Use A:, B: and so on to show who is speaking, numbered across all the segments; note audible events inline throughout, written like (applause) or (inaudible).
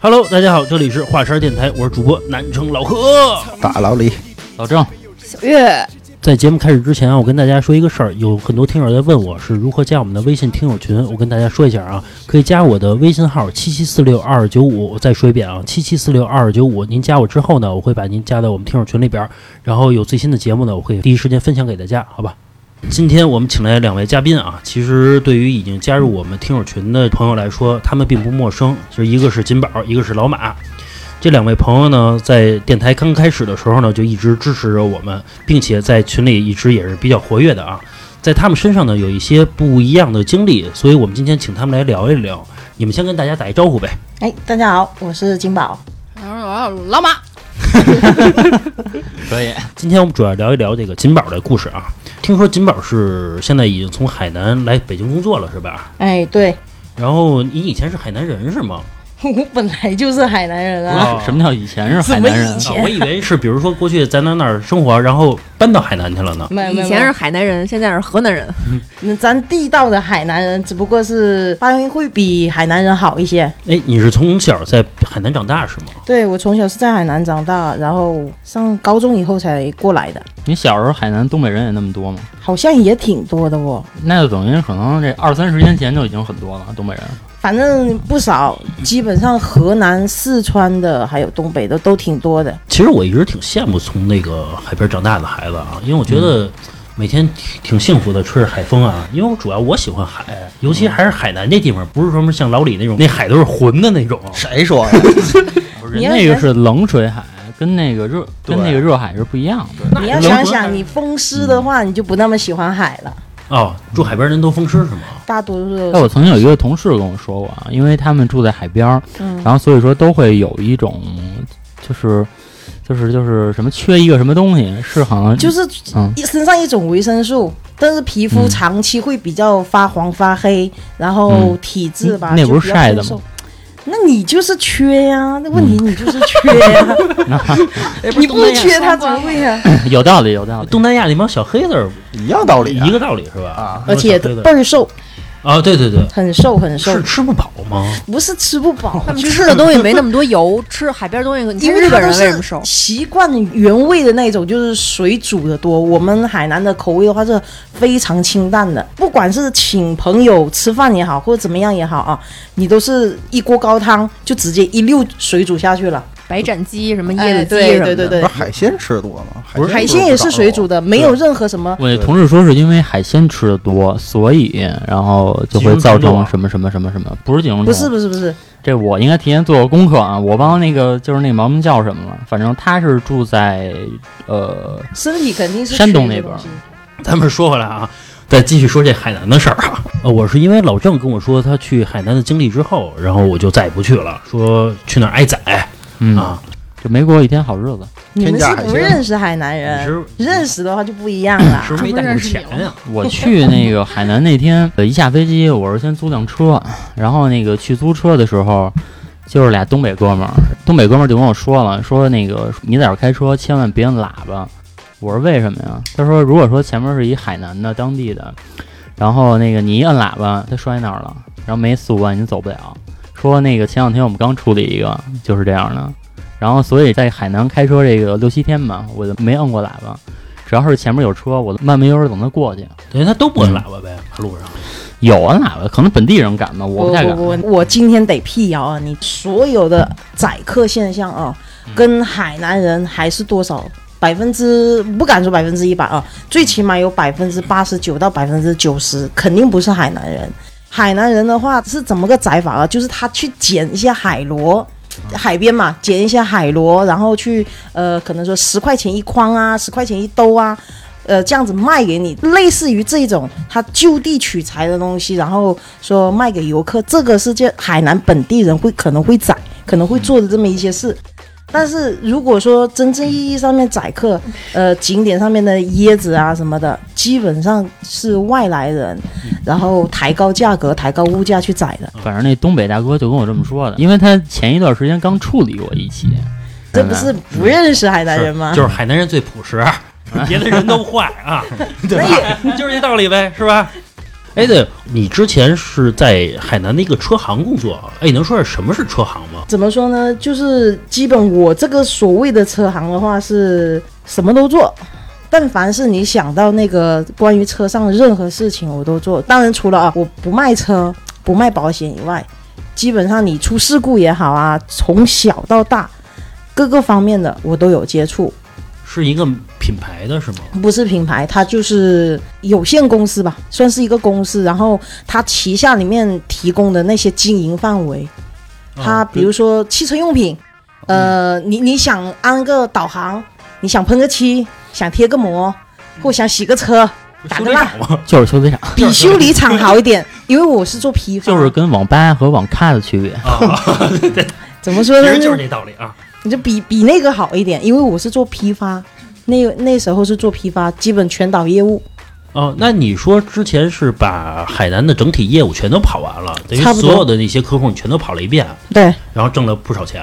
A: Hello，大家好，这里是华山电台，我是主播南城老何。
B: 大老李，
C: 老郑，
D: 小
E: 哎
D: 月，
A: 在节目开始之前啊，我跟大家说一个事儿，有很多听友在问我是如何加我们的微信听友群，我跟大家说一下啊，可以加我的微信号七七四六二二九五，我再说一遍啊，七七四六二二九五，您加我之后呢，我会把您加到我们听友群里边儿，然后有最新的节目呢，我会第一时间分享给大家，好吧？今天我们请来两位嘉宾啊，其实对于已经加入我们听友群的朋友来说，他们并不陌生，就是一个是金宝，一个是老马。这两位朋友呢，在电台刚开始的时候呢，就一直支持着我们，并且在群里一直也是比较活跃的啊。在他们身上呢，有一些不一样的经历，所以我们今天请他们来聊一聊。你们先跟大家打一招呼呗。
D: 哎，大家好，我是金宝。
E: 然后我老马，
C: 可以，
A: 今天我们主要聊一聊这个金宝的故事啊。听说金宝是现在已经从海南来北京工作了，是吧？
D: 哎，对， (laughs)
A: 然后你以前是海南人是吗？
D: 我本来就是海南人啊。
A: 啊
C: 哎什么叫以前是海南人
D: 怎么以？
A: 啊，我以为是，比如说过去在那那儿生活，然后搬到海南去了呢。
D: 没有没
E: 以
D: 有，
E: 前是海南人，现在是河南人。
D: 没有咱地道的海南人，只不过是发音会比海南人好一些。
A: 哎，你是从小在海南长大是吗？
D: 对我从小是在海南长大，然后上高中以后才过来的，
C: 你小时候海南东北人也那么多吗？
D: 好像也挺多的哦，
C: 那就等于可能这二三十年前就已经很多了，东北人。
D: 反正不少，基本上河南、四川的还有东北的都挺多的。
A: 其实我一直挺羡慕从那个海边长大的孩子啊，因为我觉得每天挺挺幸福的，吹着海风啊。因为我主要我喜欢海，尤其还是海南这地方，不是说什么像老李那种，那海都是浑的那种。
B: 谁说呀？
C: 不是
D: 你
C: 人
D: 要
C: 那个
D: 是
C: 是冷水海，跟那个热
B: 对
C: 跟那个热海是不一样的。
D: 你要想想，你风湿的话，你就不那么喜欢海了。
A: 哦，住海边人都风湿是吗？
D: 大多数
C: 哎，
D: 都
C: 我
D: 是
C: 曾经有一个同事跟我说过啊，因为他们住在海边儿，
D: 嗯
C: 然后所以说都会有一种就是就是就是什么缺一个什么东西，是好像
D: 就是
C: 嗯
D: 一身上一种维生素，但是皮肤
C: 嗯
D: 长期会比较发黄发黑，然后
C: 嗯
D: 体质吧、
C: 嗯那
D: 就
C: 不
D: 比
C: 是
D: 较
C: 晒
D: 偏
C: 的吗嗯
D: 瘦？那你就是缺呀、那问题你就是缺呀、
C: (laughs)
D: 你哎不缺它怎么会呀、
C: 有道理
D: (laughs)
C: 有道理。
A: 东南亚那帮小黑子儿
B: 一样道理啊
A: 一个道理是吧？
B: 啊
D: 而且
A: 那帮小黑子
D: 倍儿瘦，
A: 啊，对对对，
D: 很瘦很瘦
A: 是，吃不饱吗？
D: 不是吃不饱
E: 他，们
D: 就
E: 吃
D: 是
E: 的东西没那么 (laughs) 多油，吃海边东西。你
D: 因
E: 看
D: 为
E: 日
D: 它
E: 本
D: 都
E: 人为什
D: 是
E: 么瘦？
D: 习惯原味的那种，就是水煮的多。我们海南的口味的话是非常清淡的，不管是请朋友吃饭也好，或者怎么样也好啊，你都是一锅高汤就直接一溜水煮下去了。
E: 白斩鸡什么椰
D: 哎，
E: 子鸡
D: 对
E: 什么的。
D: 对对
B: 不
D: 对
B: 是，海鲜吃的多吗？
A: 不是
D: 海鲜也是水煮
B: 的，
D: 的，没有任何什么。
C: 我同事说是因为海鲜吃的多，所以然后就会造成什么什么什么什么，不是金融
D: 不是不是不是，
C: 这我应该提前做个功课啊！我帮那个就是那毛病叫什么了，反正他是住在呃
D: 身体肯定是
C: 山东
D: 缺
C: 那
D: 的
C: 边
D: 东西
A: (laughs) 咱们说回来啊，再继续说这海南的事儿啊。呃，我是因为老郑跟我说他去海南的经历之后，然后我就再也不去了，说去那儿挨宰
C: 嗯，
A: 啊。
C: 就没过一天好日子。
D: 你们
B: 天
D: 是
B: 价海
D: 不
B: 鲜
D: 认识海南
A: 你
D: 人，
A: 是
D: 认识的话就不一样了。
A: 是不是没带够钱呀？
C: (laughs) 我去那个海南那天，呃，一下飞机，我是先租辆车，然后那个去租车的时候，就是俩东北哥们儿，东北哥们儿就跟我说了，说那个你在这儿开车千万别按喇叭。我说为什么呀？他说如果说前面是一海南的当地的，然后那个你一按喇叭，他摔那儿了，然后没四五万你走不了。说那个前两天我们刚处理一个就是这样的，然后所以在海南开车这个六七天吧，我就没摁过喇叭。只要是前面有车，我慢慢悠悠地等他过去。
A: 等于他都不摁喇叭呗，路上。
C: 有啊，喇叭，可能本地人敢吧，我不太敢。
D: 不不，我今天得辟谣啊！你所有的宰客现象啊，
C: 嗯
D: 跟海南人还是多少百分之不敢说百分之一百啊，最起码有百分之八十九到百分之九十，肯定不是海南人。海南人的话是怎么个宰法啊？就是他去捡一些海螺。
C: 嗯
D: 海边嘛，捡一些海螺，然后去呃，可能说十块钱一筐啊，十块钱一兜啊，呃，这样子卖给你，类似于这种他就地取材的东西，然后说卖给游客，这个是这海南本地人会可能会宰，可能会做的这么一些事。但是如果说真正意义上面宰客，呃，景点上面的椰子啊什么的，基本上是外来人，然后抬高价格、抬高物价去宰的，
C: 反正那东北大哥就跟我这么说的，因为他前一段时间刚处理过一起，
D: 这不是不认识海南人吗？
A: 就是海南人最 (laughs) 啊朴实，别的人都坏啊，对吧？就是这道理呗，是吧？哎，对，你之前是在海南的一个车行工作，哎，你能说说什么是车行吗？
D: 怎么说呢？就是基本我这个所谓的车行的话是什么都做，但凡是你想到那个关于车上的任何事情我都做。当然除了啊我不卖车、不卖保险以外，基本上你出事故也好啊，从小到大各个方面的我都有接触。
A: 是一个品牌的是吗？
D: 不是品牌，它就是有限公司吧，算是一个公司。然后它旗下里面提供的那些经营范围，它
A: 啊嗯
D: 比如说汽车用品，呃，你你想安个导航，你想喷个漆，想贴个膜，或想洗个车，打
A: 修
D: 个
A: 理
D: 蜡
A: 厂吗？
C: 就是修理厂，
D: 比修理厂好一点，因为我是做批发，
C: 就是跟网吧和网咖的区别。
A: (laughs) 啊，
D: 怎么
A: 其
D: 说呢？
A: 实就是那道理啊。
D: 你就比比那个好一点，因为我是做批发，那那时候是做批发，基本全岛业务。
A: (laughs) 哦，那你说之前是把海南的整体业务全都跑完了，等于
D: 差不多
A: 所有的那些客户你全都跑了一遍，
D: 对，
A: 然后挣了不少钱，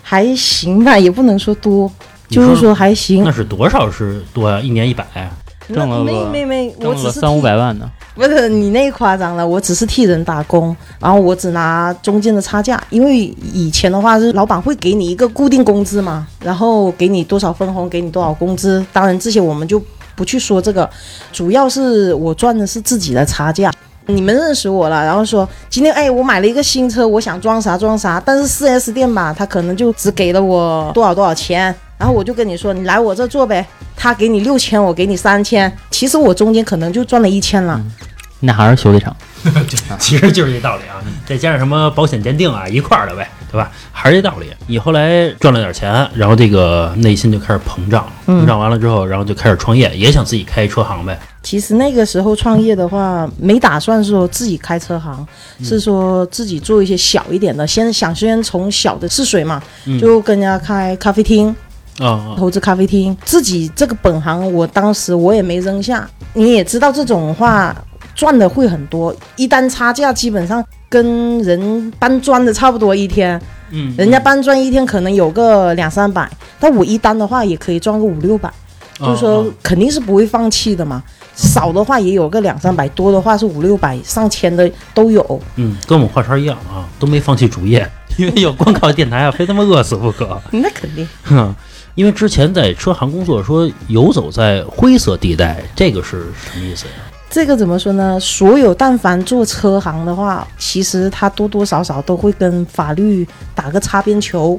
D: 还行吧，也不能说多，
A: 你
D: 就是
A: 说
D: 说还行
A: 那。是多少是多呀？一年一百，啊
D: 那
C: 挣了
D: 没
C: 个
D: 没没，
C: 挣
D: 我只
C: 了
D: 是
C: 三五
D: 替，
C: 百万呢，
D: 不是你那夸张了，我只是替人打工，然后我只拿中间的差价，因为以前的话是老板会给你一个固定工资嘛，然后给你多少分红，给你多少工资，当然这些我们就不去说这个，主要是我赚的是自己的差价。你们认识我了，然后说今天哎，我买了一个新车，我想装啥装啥，但是 4S 店吧，他可能就只给了我多少多少钱，然后我就跟你说，你来我这做呗，他给你六千，我给你三千，其实我中间可能就赚了一千了。
C: 那还是修理厂。
A: 其实就是这道理啊。再加上什么保险鉴定啊，一块儿的呗，对吧？还是这道理。你后来赚了点钱，然后这个内心就开始膨胀，
D: 嗯
A: 膨胀完了之后，然后就开始创业，也想自己开车行呗。
D: 其实那个时候创业的话，没打算说自己开车行，
A: 嗯
D: 是说自己做一些小一点的，先想先从小的试水嘛，就跟人家开咖啡厅，
A: 啊、嗯啊
D: 投资咖啡厅，自己这个本行，我当时我也没扔下。你也知道这种话赚的会很多，一单差价基本上跟人搬砖的差不多一天，
A: 嗯，
D: 人家搬砖一天可能有个两三百，但我一单的话也可以赚个五六百。就是
A: 嗯
D: 说肯定是不会放弃的嘛。少的话也有个两三百，多的话是五六百、上千的都有。
A: 嗯，跟我们画圈一样啊，都没放弃主业， (laughs) 因为要光靠电台啊，非他妈饿死不可。
D: 那肯定，
A: 哼，因为之前在车行工作，说游走在灰色地带，这个是什么意思呀？
D: 这个怎么说呢？所有但凡做车行的话，其实他多多少少都会跟法律打个擦边球。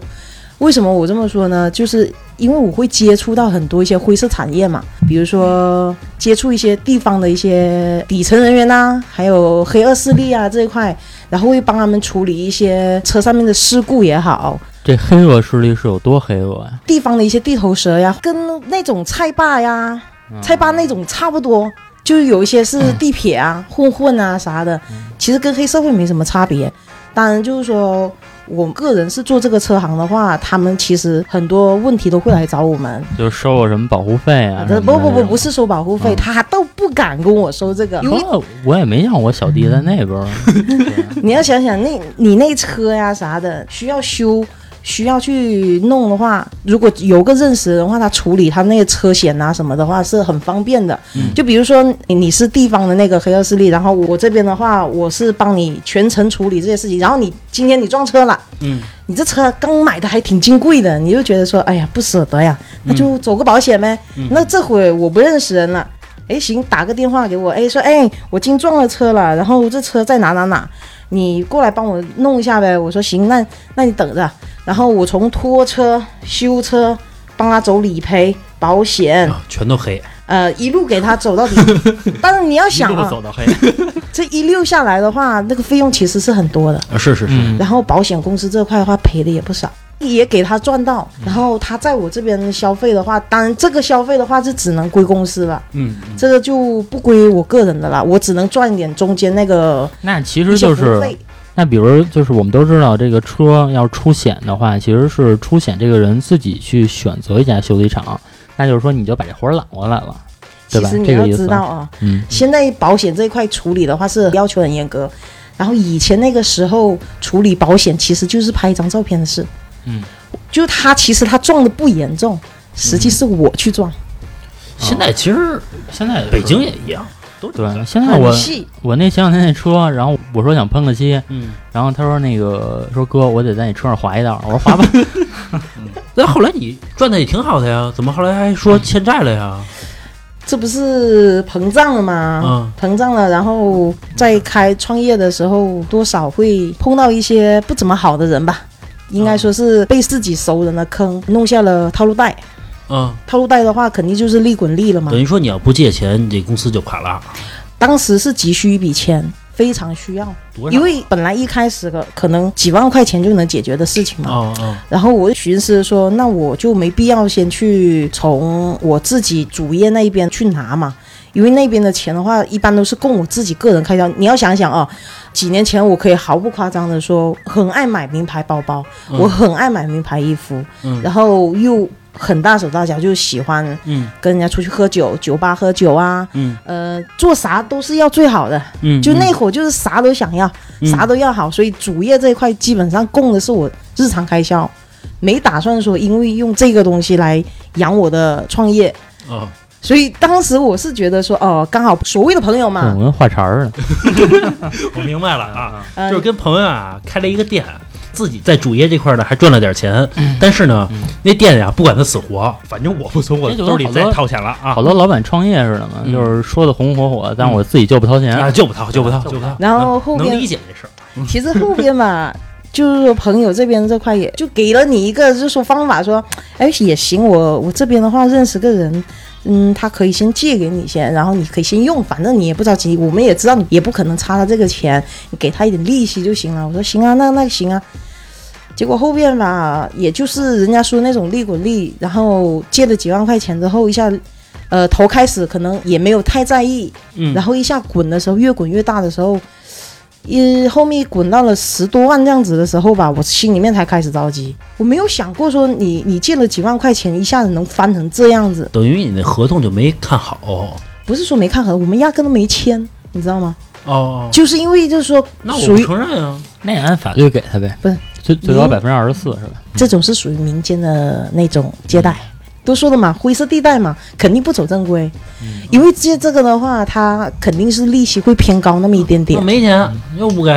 D: 为什么我这么说呢？就是因为我会接触到很多一些灰色产业嘛，比如说接触一些地方的一些底层人员呐、还有黑恶势力啊这一块，然后会帮他们处理一些车上面的事故也好，
C: 这黑恶势力是有多黑恶呀、
D: 地方的一些地头蛇呀，跟那种菜霸呀、
C: 嗯
D: 菜霸那种差不多，就是有一些是地痞啊、混混啊啥的，
C: 嗯
D: 其实跟黑社会没什么差别。当然，就是说我个人是做这个车行的话，他们其实很多问题都会来找我们。呃
C: 就收我什么保护费啊？什么
D: 不不
C: 的这
D: 不，
C: 种
D: 不是收保护费，
C: 嗯
D: 他都不敢跟我收这个，因为
C: 不过我也没让我小弟在那边儿。
D: (laughs) 你要想想，那你那车呀啥的需要修，需要去弄的话，如果有个认识的话，他处理他那个车险啊什么的话是很方便的。就比如说你你是地方的那个黑恶势力，然后我这边的话，我是帮你全程处理这些事情。然后你今天你撞车了，
A: 嗯，
D: 你这车刚买的还挺金贵的，你就觉得说，哎呀不舍得呀，那就走个保险呗。那这会我不认识人了。哎，行，打个电话给我。哎，说，哎，我今撞了车了，然后这车在哪哪哪，你过来帮我弄一下呗。我说行，那那你等着。然后我从拖车、修车，帮他走理赔、保险，
A: 啊，全都黑，
D: 呃，一路给他走
A: (laughs)
D: 到底。但是你要想
A: 一路
D: 啊，
A: 走到黑。
D: 这一溜下来的话，那个费用其实是很多的。
A: 啊是是是，
C: 嗯
D: 然后保险公司这块的话赔的也不少，也给他赚到。
A: 嗯
D: 然后他在我这边消费的话，当然这个消费的话是只能归公司了，
A: 嗯，
D: 这个就不归我个人的了，我只能赚一点中间那个
C: 那其
D: 一
C: 实
D: 些
C: 就
D: 服务
C: 是，
D: 费。
C: 那比如就是我们都知道，这个车要出险的话，其实是出险这个人自己去选择一家修理厂，那就是说你就把这活儿揽过来了，
D: 其
C: 对吧
D: 实？你
C: 这
D: 要
C: 个意
D: 知
C: 思
D: 道。啊，
C: 嗯，
D: 现在保险这一块处理的话是要求很严格，然后以前那个时候处理保险其实就是拍一张照片的事，
C: 嗯，
D: 就他其实他撞的不严重，实际是我去撞，
A: 现在其实
C: 现在
A: 北京也一样，
B: 都这么
C: 对，
B: 干。
C: 现在
D: 很
C: 我
D: 细，
C: 我那前两天那车，然后我说想喷个漆，
A: 嗯，
C: 然后他说那个说哥，我得在你车上划一道，我
D: (laughs)
C: 说划吧，
A: 但后来你赚的也挺好的呀，怎么后来还
D: 嗯
A: 说欠债了呀？
D: 这不是膨胀了吗？
A: 嗯
D: 膨胀了，然后在开创业的时候，多少会碰到一些不怎么好的人吧，应该说是被自己熟人的坑弄下了套路贷。
A: 嗯，
D: 套路贷的话，肯定就是利滚利了嘛
A: 等。于说你要不借钱，你这公司就垮了。
D: 当时是急需一笔钱，非常需要，
A: 多少
D: 因？为本来一开始的可能几万块钱就能解决的事情嘛。
A: 哦哦，
D: 然后我就寻思说，那我就没必要先去从我自己主业那一边去拿嘛，因为那边的钱的话，一般都是供我自己个人开销。你要想想啊，几年前我可以毫不夸张的说，很爱买名牌包包，
A: 嗯
D: 我很爱买名牌衣服，
A: 嗯
D: 然后又很大手大脚，就喜欢
A: 嗯
D: 跟人家出去喝酒，酒吧喝酒啊，
A: 嗯
D: 呃，做啥都是要最好的。
A: 嗯，
D: 就那会儿就是啥都想要，
A: 嗯
D: 啥都要好，所以主业这一块基本上供的是我日常开销，没打算说因为用这个东西来养我的创业。
A: 哦，
D: 所以当时我是觉得说，哦、刚好所谓的朋友
C: 我
D: 嘛，
C: 跟画茬儿似
A: 我明白了啊。
D: 嗯、
A: 就是跟朋友啊开了一个店，自己在主业这块呢还赚了点钱，
D: 嗯
A: 但是呢，那店呀不管他死活，反正我不从我
C: 那就
A: 兜里
C: 好多
A: 再掏钱了
C: 的，
A: 啊
C: 好多老板创业似的嘛，
A: 嗯
C: 就是说的红红火火，但我自己就不掏
A: 啊
C: 钱，
A: 就不掏就不掏就不掏，
D: 然后后
A: 能
D: 边
A: 理解这事儿，
D: 其实后边嘛，就是说朋友这边这块也就给了你一个就是说方法，说，哎也行，我我这边的话认识个人。嗯，他可以先借给你先，然后你可以先用，反正你也不着急，我们也知道你也不可能差他这个钱，你给他一点利息就行了。我说行啊，那那行啊。结果后边吧，也就是人家说那种利滚利，然后借了几万块钱之后，一下，呃，头开始可能也没有太在意，
A: 嗯
D: 然后一下滚的时候，越滚越大的时候，一后面滚到了十多万这样子的时候吧，我心里面才开始着急。我没有想过说你你借了几万块钱，一下子能翻成这样子，
A: 等于你那合同就没看好哦
D: 不是说没看合，我们压根都没签，你知道吗？
A: 哦，
D: 就是因为就是说
A: 那我
D: 属
A: 不
D: 于
A: 承认啊，
C: 那也按法律给他呗，
D: 不是
C: 最最高
D: 你
C: 百分之二十四是吧？
D: 这种是属于民间的那种借贷，都说的嘛，灰色地带嘛，肯定不走正规，因为借这个的话，它肯定是利息会偏高那么一点
A: 那
D: 点，嗯
A: 没钱又不给，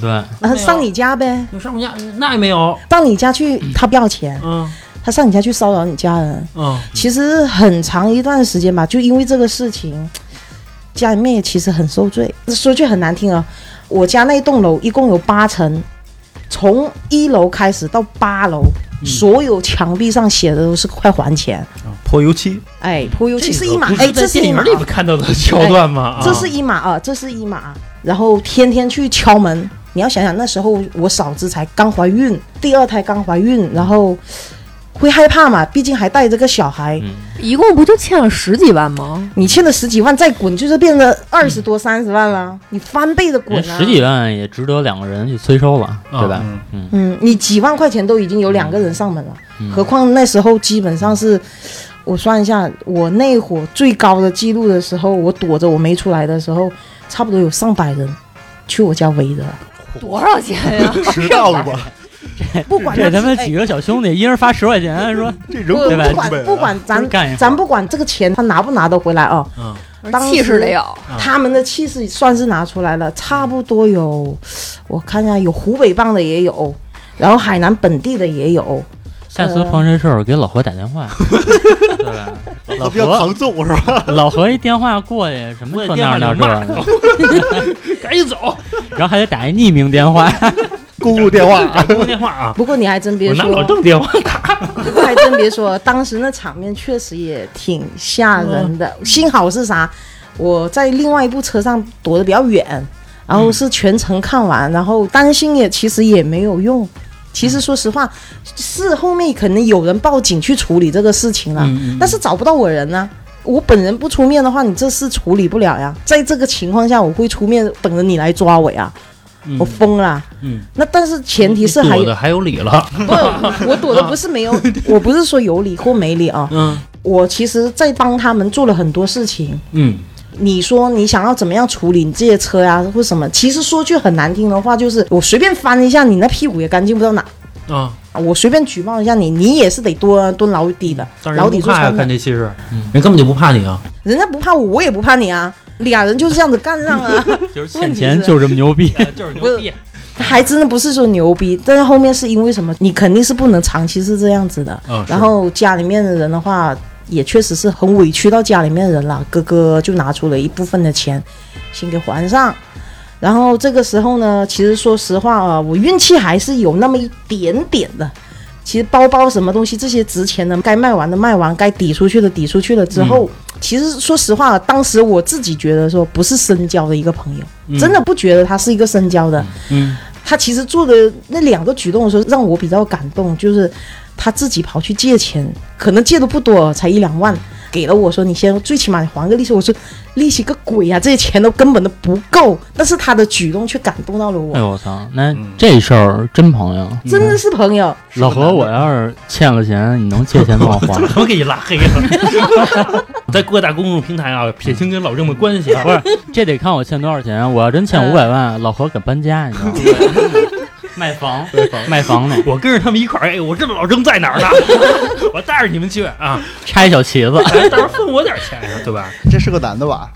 C: 对，
D: 然后
A: 没有
D: 上你家呗，
A: 又上不下，那也没有，
D: 到你家去他不要钱，
A: 嗯
D: 他上你家去骚扰你家人。
A: 嗯
D: 其实很长一段时间吧，就因为这个事情，家里面也其实很受罪。说句很难听啊，我家那栋楼一共有八层，从一楼开始到八楼，所有墙壁上写的都是快还钱。
B: 泼油漆，
D: 哎，泼油漆是一码
A: 这个，不
D: 哎，
A: 在
D: 这是
A: 电
D: 一
A: 影
D: 码
A: 里，边看到的桥段吗？啊
D: 这是一码啊，这是一码。然后天天去敲门，你要想想那时候我嫂子才刚怀孕，第二胎刚怀孕，然后会害怕嘛，毕竟还带着个小孩。
E: 一共不就欠了十几万吗？
D: 你欠了十几万再滚，就是变成二十多、三十万了，你翻倍的滚
C: 人
D: 啊！
C: 嗯哎十几万也值得两个人去催收了，
A: 啊
C: 对吧？
B: 嗯，
D: 嗯，你几万块钱都已经有两个人上门了，
C: 嗯
D: 何况那时候基本上是，我算一下，我那会儿最高的记录的时候，我躲着我没出来的时候，差不多有上百人去我家围着了，
E: 多少钱啊 (laughs) 呀？
B: 迟到了吧？
D: 哎不管
C: 这
D: 他
C: 他妈
D: 几
C: 几个小兄弟，一人发十块钱， (laughs) 说
B: 这人
D: 不
B: 口
C: 对吧
D: 不
B: 成本
D: 管
B: 啊
D: 不管咱
C: 干一
D: 咱不管这个钱他拿不拿得回来啊，
A: 嗯
D: 当时
E: 气势得有，
A: 啊
D: 他们的气势算是拿出来了，差不多有，我看一下，有湖北棒的也有，然后海南本地的也有，
C: 下次碰这事儿给老何打电话，对吧？老
B: 他比较
C: 何
B: 扛揍是吧？
C: 老何一电话过去，什么
A: 我
C: 这
A: 得电话
C: 那那
A: 铃骂
C: 这，
A: (laughs) 赶紧走，
C: 然后还得打一匿名电话，
B: 公共电话啊，
A: 打公共电话啊，
D: 不过你还真别
A: 我拿
D: 说
A: 老，郑电话打，
D: 不 (laughs) 过还真别说，当时那场面确实也挺吓人
A: 嗯
D: 的。幸好是啥，我在另外一部车上躲得比较远，然后是全程看完，然后担心也其实也没有用。其
A: 嗯
D: 实说实话，是后面可能有人报警去处理这个事情了，
A: 嗯
D: 但是找不到我人呢、我本人不出面的话，你这事处理不了呀。在这个情况下，我会出面等着你来抓我呀。我疯了啊。
A: 嗯
D: 那但是前提是还
A: 躲的还有理了， (laughs)
D: 不，我躲的不是没有，我不是说有理或没理啊，
A: 嗯
D: 我其实在帮他们做了很多事情。
A: 嗯
D: 你说你想要怎么样处理你这些车呀、或什么？其实说句很难听的话，就是我随便翻一下你那屁股也干净不到哪，
A: 啊，
D: 我随便举报一下你，你也是得蹲蹲牢底的，
A: 但是
D: 牢
A: 人
D: 底
A: 嗯不
D: 坐
A: 怕呀，
D: 穿
A: 看
D: 的。嗯
A: 这气势，人根本就不怕你啊，
D: 人家不怕我，我也不怕你啊。俩人就是这样子干上啊。 (laughs)
C: 就是欠钱就这么牛逼，
A: 哎
C: 就是
D: 牛逼。还真的不是说牛逼，但是后面是因为什么？你肯定是不能长期是这样子的。
A: 嗯，
D: 然后家里面的人的话，也确实是很委屈到家里面的人了。哥哥就拿出了一部分的钱，先给还上。然后这个时候呢，其实说实话啊，我运气还是有那么一点点的。其实包包什么东西这些值钱的，该卖完的卖完，该抵出去的抵出去了之后，其实说实话，当时我自己觉得说不是深交的一个朋友，真的不觉得他是一个深交的。
A: 嗯，
D: 他其实做的那两个举动的时候，让我比较感动，就是他自己跑去借钱，可能借的不多，才一两万，给了我说你先最起码你还个利息。我说利息个鬼啊呀、这些钱都根本都不够。但是他的举动却感动到了我，
A: 嗯
C: 哎呦我操，那这事儿真朋友。
D: 真的是朋友。
C: 老何，我要是欠了钱，你能借钱帮我还？
A: 他妈给你拉黑了， (laughs) 在各大公众平台啊，撇清跟老郑的关系啊，不是
C: (laughs) 这得看我欠多少钱。我要真欠五百万，老何敢搬家，你知道吗？ (laughs) 卖房，卖房呢，
A: 我跟着他们一块儿，哎，我知道老郑在哪儿呢， (laughs) 我带着你们去啊，
C: 拆小旗子。
A: 哎到时候分我点钱呀，对吧？
B: (laughs) 这是个男的吧？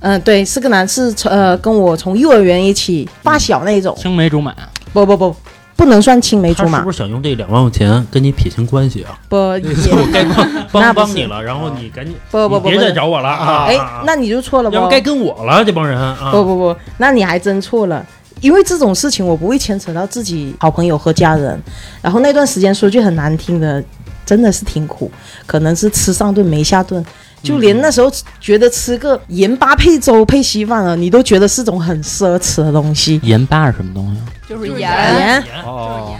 D: 嗯，对，是个男，是从呃跟我从幼儿园一起发小那种，
C: 青梅竹马，
D: 不不不，不能算青梅
A: 他
D: 竹
A: 是
D: 马，
A: 不是想用这两万块钱跟你撇清关系
D: (laughs)
A: 啊？
D: 不也
A: (laughs) 我该帮帮
D: 那不是
A: 帮你了，然后你赶紧，
D: 不不不
A: 你别再
D: 不，
A: 找我了啊！
D: 哎
A: 啊，
D: 那你就错了
A: 要不该跟我了，这帮人啊！
D: 不不不，那你还真错了，因为这种事情我不会牵扯到自己好朋友和家人。然后那段时间说句很难听的，真的是挺苦，可能是吃上顿没下顿，就连那时候觉得吃个盐巴配粥配稀饭啊，你都觉得是种很奢侈的东西。
C: 盐巴是什么东西？
E: 就是
D: 盐
E: 盐，
C: 哦，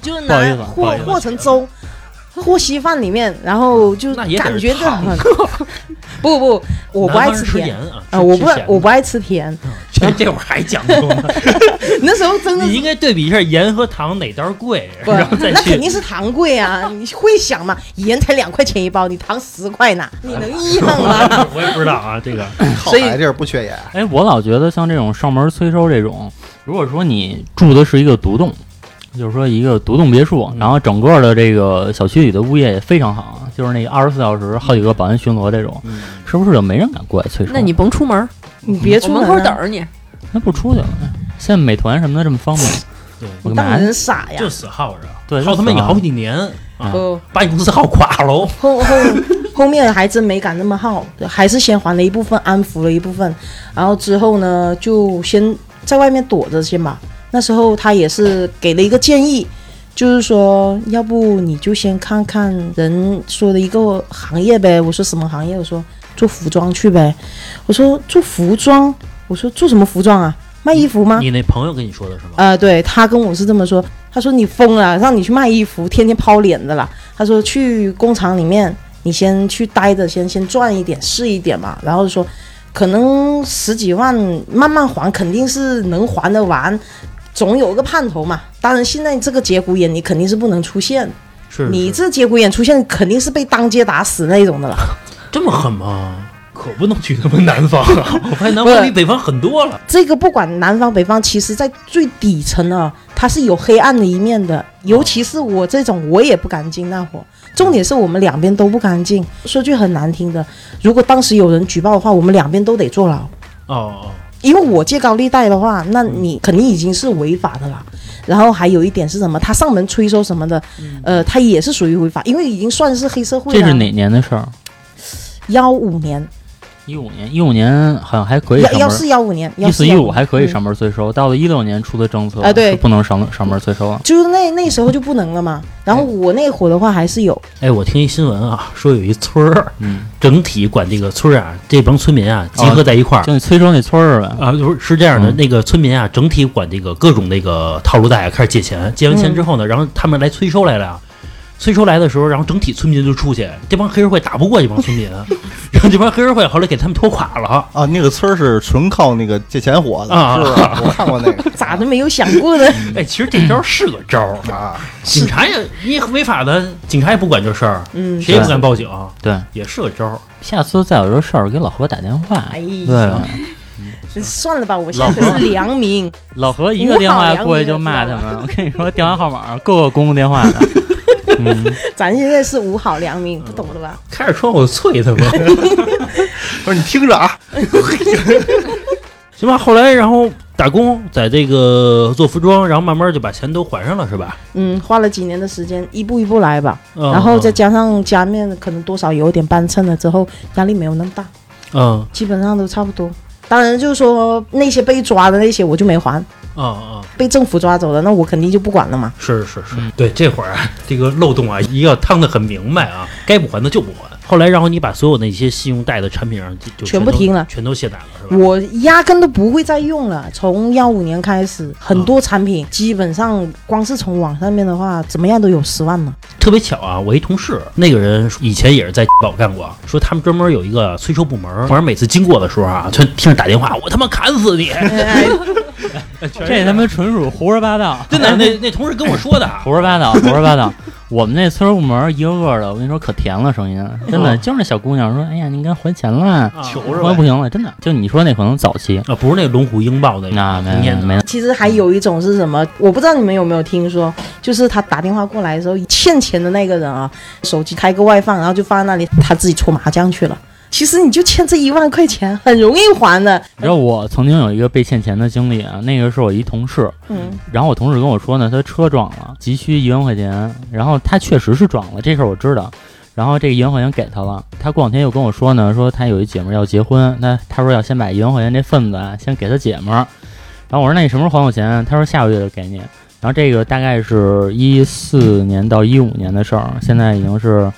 D: 就是
C: 不好意
D: 拿
C: 思不
A: 好
D: 和
A: 意思
D: 和成粥，和稀饭里面，然后就
A: 那也得
D: 感
A: 是
D: 觉这
A: 烫
D: 很 (laughs) 不不，我不爱
A: 南方人吃
D: 甜
A: 盐啊
D: 啊，我
A: 吃
D: 不
A: 咸
D: 我
A: 的
D: 不爱吃甜，
A: (laughs)
D: (laughs)
A: 这这会儿还讲究呢。
D: 那时候真的
A: 你
D: 是
A: 应该对比一下盐和糖哪单儿贵，
D: 不，
A: 然后再
D: 那肯
A: 去。
D: 定是糖贵啊！你会想吗？盐才两块钱一包，你糖十块呢，你能一样
E: (laughs)
D: 吗？
A: (laughs) 我也不知道啊，这个
B: 靠
D: 所以
B: 海地儿不缺眼，
C: 哎，我老觉得像这种上门催收这种，如果说你住的是一个独栋，就是说一个独栋别
A: 嗯
C: 墅，然后整个的这个小区里的物业也非常好，就是那二十四小时好几个保安巡逻这种，
A: 嗯
C: 是不是就没人敢过来催收？
E: 那你甭出门儿，
D: 你别出
E: 我
D: 门
E: 门口等，着你。
C: 那不出去了？现在美团什么的这么方便，
A: 对，
C: 我干
D: 当
C: 嘛？
D: 人傻呀哦
A: 就！死耗着，
C: 对
A: 耗他妈
C: 就死
A: 有
C: 耗
A: 好几年，
C: 啊
D: 不，
A: 把你公司耗垮喽。
D: 后后 (laughs) 后面还真没敢那么耗，还是先还了一部分，安抚了一部分，然后之后呢，就先在外面躲着先吧。那时候他也是给了一个建议，就是说，要不你就先看看人说的一个行业呗。我说什么行业？我说做服装去呗。我说做服装，我说做什么服装啊？卖衣服吗？
A: 你那朋友跟你说的是吗？
D: 呃，对他跟我是这么说，他说你疯了，让你去卖衣服，天天抛脸的啦。他说去工厂里面，你先去待着，先先赚一点，试一点嘛。然后说，可能十几万慢慢还，肯定是能还得完，总有个盼头嘛。当然，现在这个节骨眼你肯定是不能出现，
A: 是
D: 你
A: 是
D: 这节骨眼出现肯定是被当街打死那种的了。
A: 这么狠吗？可不能去他们南方啊！ (laughs) 我发现南方比北方狠多了。
D: 这个不管南方北方，其实在最底层啊，它是有黑暗的一面
C: 哦
D: 的。尤其是我这种，我也不敢进那火。重点是我们两边都不敢进。说句很难听的，如果当时有人举报的话，我们两边都得坐牢。
A: 哦哦，
D: 因为我借高利贷的话，那你肯定已经是违法的啦。然后还有一点是什么？他上门催收什么的，呃，他也是属于违法，因为已经算是黑社会了。
C: 嗯这是哪年的事儿？
D: 幺五年，
C: 一五年，一五年好像还可以
D: 要
C: 上
D: 要
C: 门，
D: 是幺五年，
C: 一四一五还可以
D: 嗯
C: 上门催收，到了一六年出的政策
D: 啊对
C: 是不能上上门催收了。
D: 就是那那时候就不能了嘛。然后我那会儿的话还是有，
A: 哎，我听一新闻啊，说有一村儿，
C: 嗯，
A: 整体管这个村儿啊，这帮村民啊集合在一块儿。
C: 就你催收那村儿呗。
A: 啊，就是是这样的，
C: 嗯
A: 那个村民啊，整体管这个各种那个套路贷啊，开始借钱，借完钱之后呢，然后他们来催收来了啊，催收来的时候，然后整体村民就出去，这帮黑社会打不过这帮村民，啊 (laughs) 然后这帮黑社会后来给他们拖垮了。
B: 啊，那个村儿是纯靠那个借钱火的，
A: 啊
B: 是 (laughs) 吧？我看过那个
D: 咋都没有想过呢？ (laughs)
A: 哎，其实这招是个招儿，
B: 啊，
A: 警察也你违法的，警察也不管这事儿，
D: 嗯，
A: 谁也不敢报警，
C: 对，
A: 也是个招儿。
C: 下次再有这事儿给老何打电话。
D: 哎
C: 对
D: 呀，
C: 吧，
D: 算了吧，我现在是良民，
A: (laughs)
C: 老何一个电话过去就骂他们，我跟你说，电话号码各个公共电话的。嗯，
D: 咱现在是五好良民，不懂了吧？
A: 开着窗户啐他们，
B: (laughs) 不是你听着啊，
A: (laughs) 行吧，后来然后打工，在这个做服装，然后慢慢就把钱都还上了，是吧？
D: 嗯，花了几年的时间，一步一步来吧。
A: 嗯、
D: 然后再加上家面可能多少有点帮衬了之后，压力没有那么大，
A: 嗯
D: 基本上都差不多。当然就是说那些被抓的那些我就没还，
A: 嗯嗯，
D: 被政府抓走的那我肯定就不管了嘛。
A: 是是是，
C: 嗯
A: 对这会儿啊，这个漏洞啊，一定要趟得很明白啊，该不还的就不还。后来，然后你把所有那些信用贷的产品上就就
D: 全
A: 都
D: 部停了
A: 全都卸载了，是吧？
D: 我压根都不会再用了。从幺五年开始，很多产品基本上光是从网上面的话，怎么样都有十万 (laughs) 嘛。
A: 特别巧啊，我一同事那个人以前也是在宝干过，说他们专门有一个催收部门，反正每次经过的时候啊，全听着打电话，我他妈砍死你！ (laughs)
D: 哎
C: 这他妈纯属胡说八道，
A: 真的，那那同事跟我说 (laughs) 的，
C: 胡说八道，胡说八道。我们那村儿部门一个个的，我跟你说可甜了，声音真的
A: 嗯
C: 就是那小姑娘说：“哎呀，你该还钱了，
A: 求
B: 不是
C: 还不行了。”真的，就你说那可能早期，
A: 啊，不是那龙虎鹰豹那个
C: 那没
A: 童年的
C: 没
D: 其实还有一种是什么？我不知道你们有没有听说，就是他打电话过来的时候，欠钱的那个人啊，手机开个外放，然后就放在那里，他自己搓麻将去了。其实你就欠这一万块钱，很容易还的。
C: 你知道我曾经有一个被欠钱的经历啊，那个是我一同事，
D: 嗯，
C: 然后我同事跟我说呢，他车撞了，急需一万块钱，然后他确实是撞了，这事儿我知道。然后这个一万块钱给他了，他过两天又跟我说呢，说他有一姐们儿要结婚，那他说要先把一万块钱这份子啊先给他姐们儿。然后我说那你什么时候还我钱？他说下个月就给你。然后这个大概是一四年到一五年的事儿，现在已经是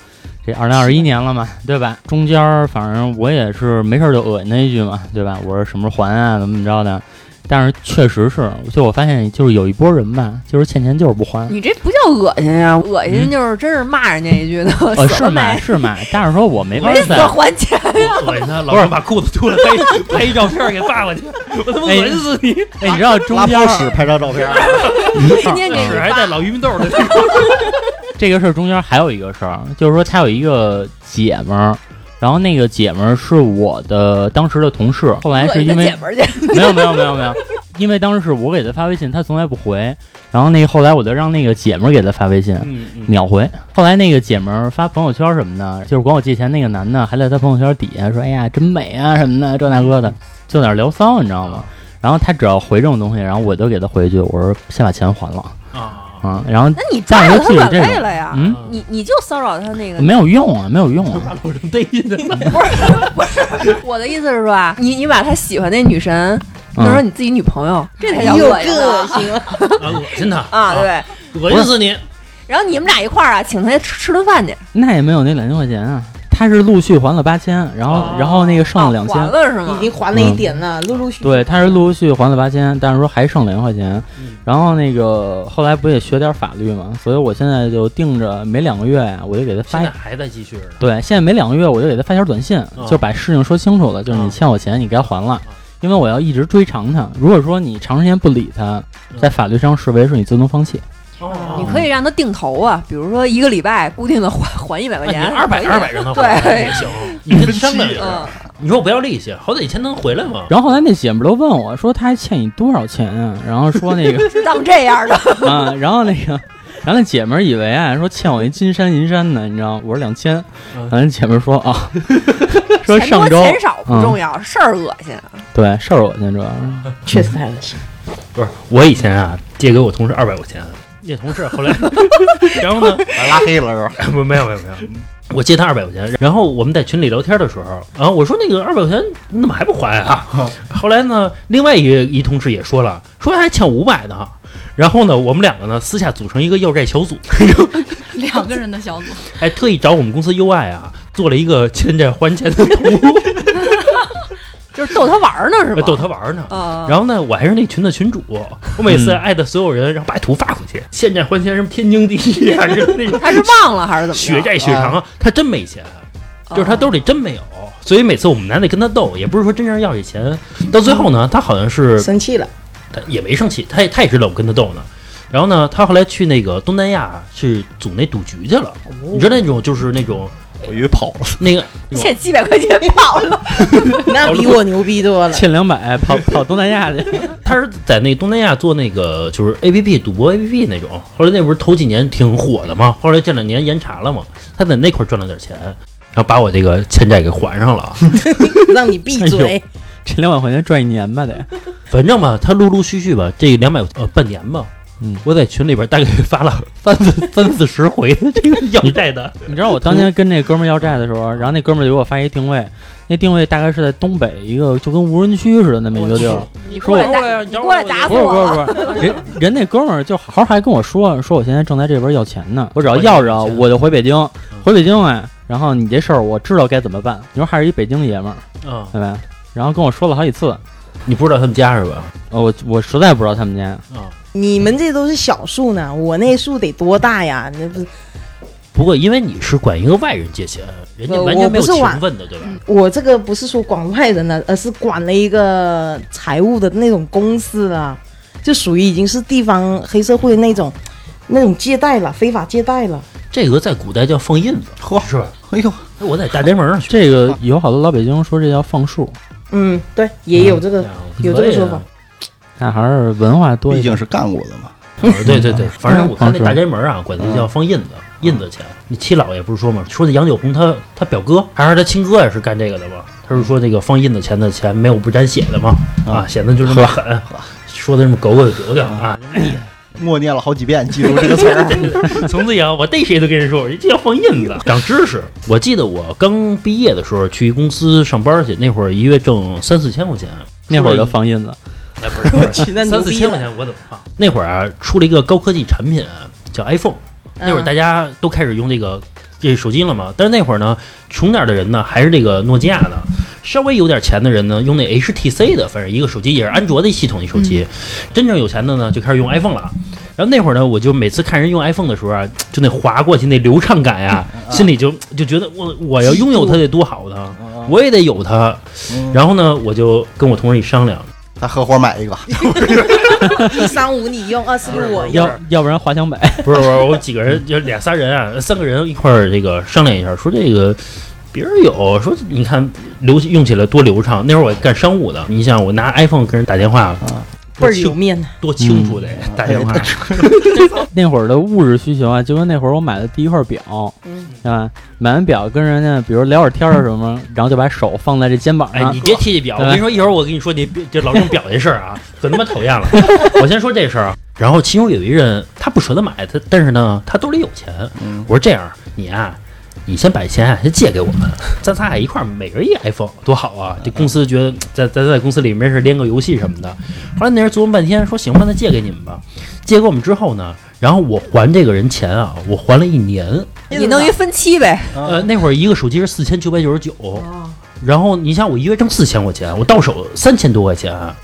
C: 这二零二一年了嘛，对吧？中间儿反正我也是没事儿就恶心他一句嘛，对吧？我说什么时候还啊，怎么怎么着的。但是确实是，就我发现就是有一波人吧，就是欠钱就是不还。
E: 你这不叫恶心哎呀，恶心就是真是骂人家一句的， (laughs)
C: 呃，
E: 死
C: 是
E: 了
C: 买
E: 没？
C: 是买，但是说我没法
E: 没死
C: 再
E: 还钱，
A: 恶心他， (laughs) 老让把裤子脱了，拍拍一照片给发过去， (laughs) 我他妈恶心死你！
C: 哎，你知道中
B: 拉
C: 间
B: 泡屎拍张照片儿，
C: 嗯
E: (laughs) 天天给你
A: 屎还带
E: 发。
A: 老玉米豆 (laughs) 的，
C: 这个事儿中间还有一个事儿，就是说他有一个姐们儿，然后那个姐们儿是我的当时的同事，后来
E: 恶
C: 是
E: 心
C: 因
E: 他
C: 为
E: 姐们儿去，
C: 没有没有没有没有，因为当时是我给他发微信，他从来不回，然后那个后来我就让那个姐们儿给他发微信，
A: 嗯嗯，
C: 秒回。后来那个姐们儿发朋友圈什么的，就是管我借钱那个男的，还在他朋友圈底下说：“哎呀，真美啊什么的，这那个的，就在那儿聊骚，你知道吗？”然后他只要回这种东西，然后我就给他回一句：“我说先把钱还了
A: 啊，
C: 啊。”然后
E: 那你抓住他软肋了呀？嗯
C: 嗯，
A: 嗯
E: 你你就骚扰他那个，
C: 没有用啊，没有用啊。
A: 我正逮着呢， (laughs)
E: (laughs) 我的意思是说啊，你你把他喜欢那女神
C: 嗯
E: 当成你自己女朋友，这才叫
D: 有
E: 恶心呢
D: 个性了。
A: 啊，恶心他
E: 啊！，对，
A: 恶心死你！
E: 然后你们俩一块儿啊，请他吃吃顿饭去，
C: 那也没有那两千块钱啊，他是陆续还了八千，然后、
A: 哦
C: 然后那个剩
E: 啊
C: 了两千、
E: 还了是
D: 已
E: 吗？
D: 经还了一点了，陆陆续续。
C: 对，他是陆陆续续还了八千，但是说还剩两千块钱。
A: 嗯
C: 然后那个后来不也学点法律嘛，所以我现在就定着每两个月呀，我就给他发
A: 现
C: 一
A: 在还在继续着呢，
C: 对，现在每两个月我就给他发条短信，
E: 哦
C: 就把事情说清楚了，就是你欠我钱，你该还了，因为我要一直追偿他。如果说你长时间不理他，
E: 嗯
C: 在法律上视为是你自动放弃。
A: 哦 (laughs)
E: 你可以让他定投啊，比如说一个礼拜固定的还还一百块
A: 那你 (laughs)
E: 钱，
A: 二百
E: 回去
A: 二百让他还
E: 对
A: 也行，你跟商量
B: 真气
A: 着， (laughs)
E: 嗯，
A: 你说我不要利息，好歹以前能回来吗？
C: 然后后来那姐们儿都问我说他还欠你多少钱啊？然后
E: (laughs)
C: 说那个
E: 就当这
A: (laughs)
E: 样的，
C: 啊，然后那个。然后那姐们儿以为啊，说欠我一金山银山呢，你知道吗？我说两千，
A: 嗯
C: 然后那姐们儿说
E: (laughs)
C: 啊，说
E: 钱多
C: 上周
E: 钱少
A: 嗯
E: 不重要，事儿恶心。啊
C: 对事儿，我先主啊要是
E: 嗯
D: 确实太恶心。
A: 不是，我以前啊借给我同事二百块钱，那同事后 (laughs) 来，然后呢，
B: 把拉黑了是吧？
A: (laughs) 不没有没有没有，我借他二百块钱，然后我们在群里聊天的时候，然后我说那个二百块钱你怎么还不还啊？后来呢，另外一个一同事也说了，说还欠五百呢。然后呢，我们两个呢私下组成一个要债小组，
F: 两个人的小组，
A: 还特意找我们公司 UI 啊做了一个欠债还钱的图，
E: 就是逗他玩儿呢，是吧？
A: 呃逗他玩儿呢。
E: 啊，
A: 然后呢，我还是那群的群主，我每次艾特所有人，然后把图发过去，欠债还钱什么天经地 (laughs) 义啊，什么那种
E: 他是忘了还是怎么着？
A: 血债血偿啊，他真没钱，
E: 啊
A: 就是他兜里真没有，所以每次我们还得跟他斗，也不是说真正要这钱，到最后呢，他好像是
D: 生气了，
A: 他也没生气，他也他也知道我跟他斗呢。然后呢，他后来去那个东南亚去组那赌局去了，你知道那种就是那种
B: 我以为跑了，
A: 那个
E: 欠七百块钱
A: (laughs)
E: 跑了，
D: 那比我牛逼多
C: (laughs)
D: 了。
C: 欠两百跑跑东南亚去。
E: (laughs)
A: 他是在那东南亚做那个就是 A P P 赌博 A P P 那种，后来那不是头几年挺火的嘛，后来这两年严查了嘛，他在那块儿赚了点钱。然后把我这个欠债给还上 (laughs) 了。
D: 让你闭嘴。
C: 这两百块钱赚一年吧得。
A: 反正吧，他陆陆续续吧，这两百呃半年吧，
C: 嗯
A: 我在群里边大概发了 (laughs) 三四三四十回的这个要债 (laughs) 的，
C: 你知道我当年跟那哥们儿要债的时候，然后那哥们儿就给我发一定位，那定位大概是在东北一个就跟无人区似的那么一个地儿。
A: 啊
E: 你过来打，你过来打死
C: 不是不
E: 我！
C: 是不是，人人那哥们儿就好好还跟我说，说我现在正在这边要钱呢，我只要要着我就回北京，回北京哎，然后你这事儿我知道该怎么办。你说还是一北京爷们儿，
A: 啊，
C: 对吧？然后跟我说了好几次，
A: 你不知道他们家是吧？
C: 呃我我实在不知道他们家，
A: 啊，
D: 你们这都是小数呢，我那数得多大呀？那不，
A: 不过因为你是管一个外人借钱，人家
D: 呃
A: 完全没有
D: 我不是
A: 情
D: 管
A: 分的，对吧？
D: 我这个不是说管外人了，而是管了一个财务的那种公司了，就属于已经是地方黑社会那种，那种借贷了，非法借贷了。
A: 这个在古代叫放印子，
B: 呵，
A: 是吧？
B: 哎呦，
A: 哎我在大连门上学，
C: 这个有好多老北京说这叫放数，
D: 嗯，对，也有这个，有这个
A: 啊
D: 说
A: (laughs)
D: 法。
C: 那还是文化多一
B: 毕
C: 点
B: 竟。是干过的嘛。
A: 啊对对
D: (laughs)
A: 对，反正我看那
C: 嗯
A: 大宅门啊，管那叫放印子，印子钱。你七老爷不是说嘛，说那杨九红他他表哥还是他亲哥也是干这个的嘛？他是说那个放印子钱的钱没有不沾血的嘛？啊，显得就这么狠，说的这么狗狗丢丢
D: (laughs)
A: 啊！
B: 默念了好几遍，记住这个词 (laughs) 儿。
A: 从此以后我逮谁都跟人说，人家要放印子，长知识。我记得我刚毕业的时候去公司上班去，那会儿一月挣三四千块钱，
C: 那会儿就放印子，
A: 哎不是
D: (laughs)
A: 不是
D: 那
A: 三
D: 牛
A: 四
D: 逼
A: 千
D: 了
A: 块钱我怎么放？那会儿啊，出了一个高科技产品叫 iPhone，那会儿
D: 嗯
A: 大家都开始用这个这手机了嘛。但是那会儿呢，穷点儿的人呢还是这个诺基亚的，稍微有点钱的人呢用那 HTC 的，反正一个手机也是安卓的系统一手机。
D: 嗯
A: 真正有钱的呢就开始用 iPhone 了。然后那会儿呢，我就每次看人用 iPhone 的时候啊，就那划过去那流畅感呀、
D: 嗯
A: 心里就就觉得我我要拥有它得多好呢，
D: 嗯
A: 我也得有它。然后呢，我就跟我同事一商量，
B: 咱合伙买一个，
D: 一三五你用，二四六我用。
C: 要要不然华强北。
A: 不是不是，我几个人就俩仨人啊，三个人一块儿这个商量一下，说这个别人有，说你看流用起来多流畅。那会儿我干商务的，你想我拿 iPhone 跟人打电话，
D: 啊倍
A: 多
D: 儿有
A: 清
D: 面子，
A: 多清楚得打电话，
C: 那会儿的物质需求啊，就跟那会儿我买的第一块表，
D: 嗯，
C: 对吧？买完表跟人家，比如聊会儿天儿什么，然后就把手放在这肩膀
A: 哎，
C: 上
A: 你，别提这表，我
C: 对吧
A: 跟你说，一会儿我跟你说你这老用表这事儿啊，可他妈讨厌了。 (laughs) 我先说这事儿啊，然后其中有一人他不舍得买，他但是呢，他兜里有钱。
B: 嗯
A: 我说这样，你啊，你先把钱啊先借给我们，咱仨啊一块儿每人一 iPhone，多好啊！这公司觉得在咱在公司里没事连个游戏什么的。后来那人琢磨半天，说行吧，那借给你们吧。借给我们之后呢，然后我还这个人钱啊，我还了一年。
E: 你弄一分期呗，
A: 呃，那会儿一个手机是四千九百九十九，
D: 哦
A: 然后你像我一月挣四千块钱，我到手三千多块钱，啊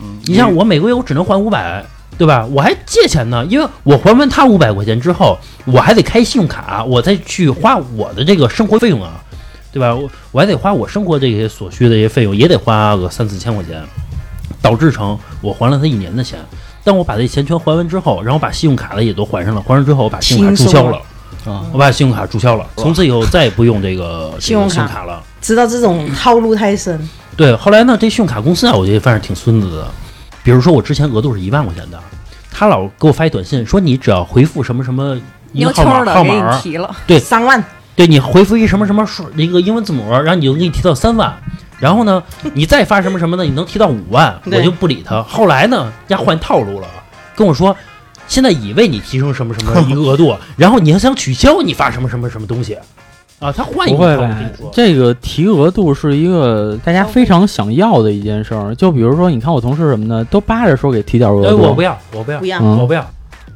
B: 嗯
A: 你像我每个月我只能还五百，对吧？我还借钱呢，因为我还完他五百块钱之后，我还得开信用卡，我再去花我的这个生活费用啊，对吧？我我还得花我生活这些所需的一些费用，也得花个三四千块钱，导致成我还了他一年的钱。当我把这钱全还完之后，然后把信用卡的也都还上了，还上之后我把信用卡
D: 轻
A: 注
D: 松
A: 销
D: 了
A: 了。
B: 啊，
A: 我把信用卡注销了，从此以后再也不用这
D: (laughs)
A: 个这
D: 信用
A: 个
D: 卡
A: 信用卡了。
D: 知道这种套路太深，
A: 对，后来呢，这信用卡公司啊，我觉得反正挺孙子的。比如说我之前额度是一万块钱的，他老给我发一短信说你只要回复什么什么一
E: 牛
A: 个
E: 抽
A: 号码
E: 的
A: 号
E: 给
A: 码
E: 你，提了，
A: 对
D: 三万
A: 对你回复一什么什么数一个英文字母，然后你就给你提到三万。然后呢，你再发什么什么的，你能提到五万，
D: 对
A: 我就不理他。后来呢，人家换套路了，跟我说，现在已为你提升什么什么一个额度，然后你还想取消你发什么什么什么东西，啊，他换一
C: 不
A: 个
C: 会
A: 套路
C: 吧
A: 跟你说？
C: 这个提额度是一个大家非常想要的一件事儿。就比如说，你看我同事什么的，都扒着说给提点额
A: 哎，
C: 度。
A: 我不要，我不要
D: 不，要，
C: 嗯
A: 我不要。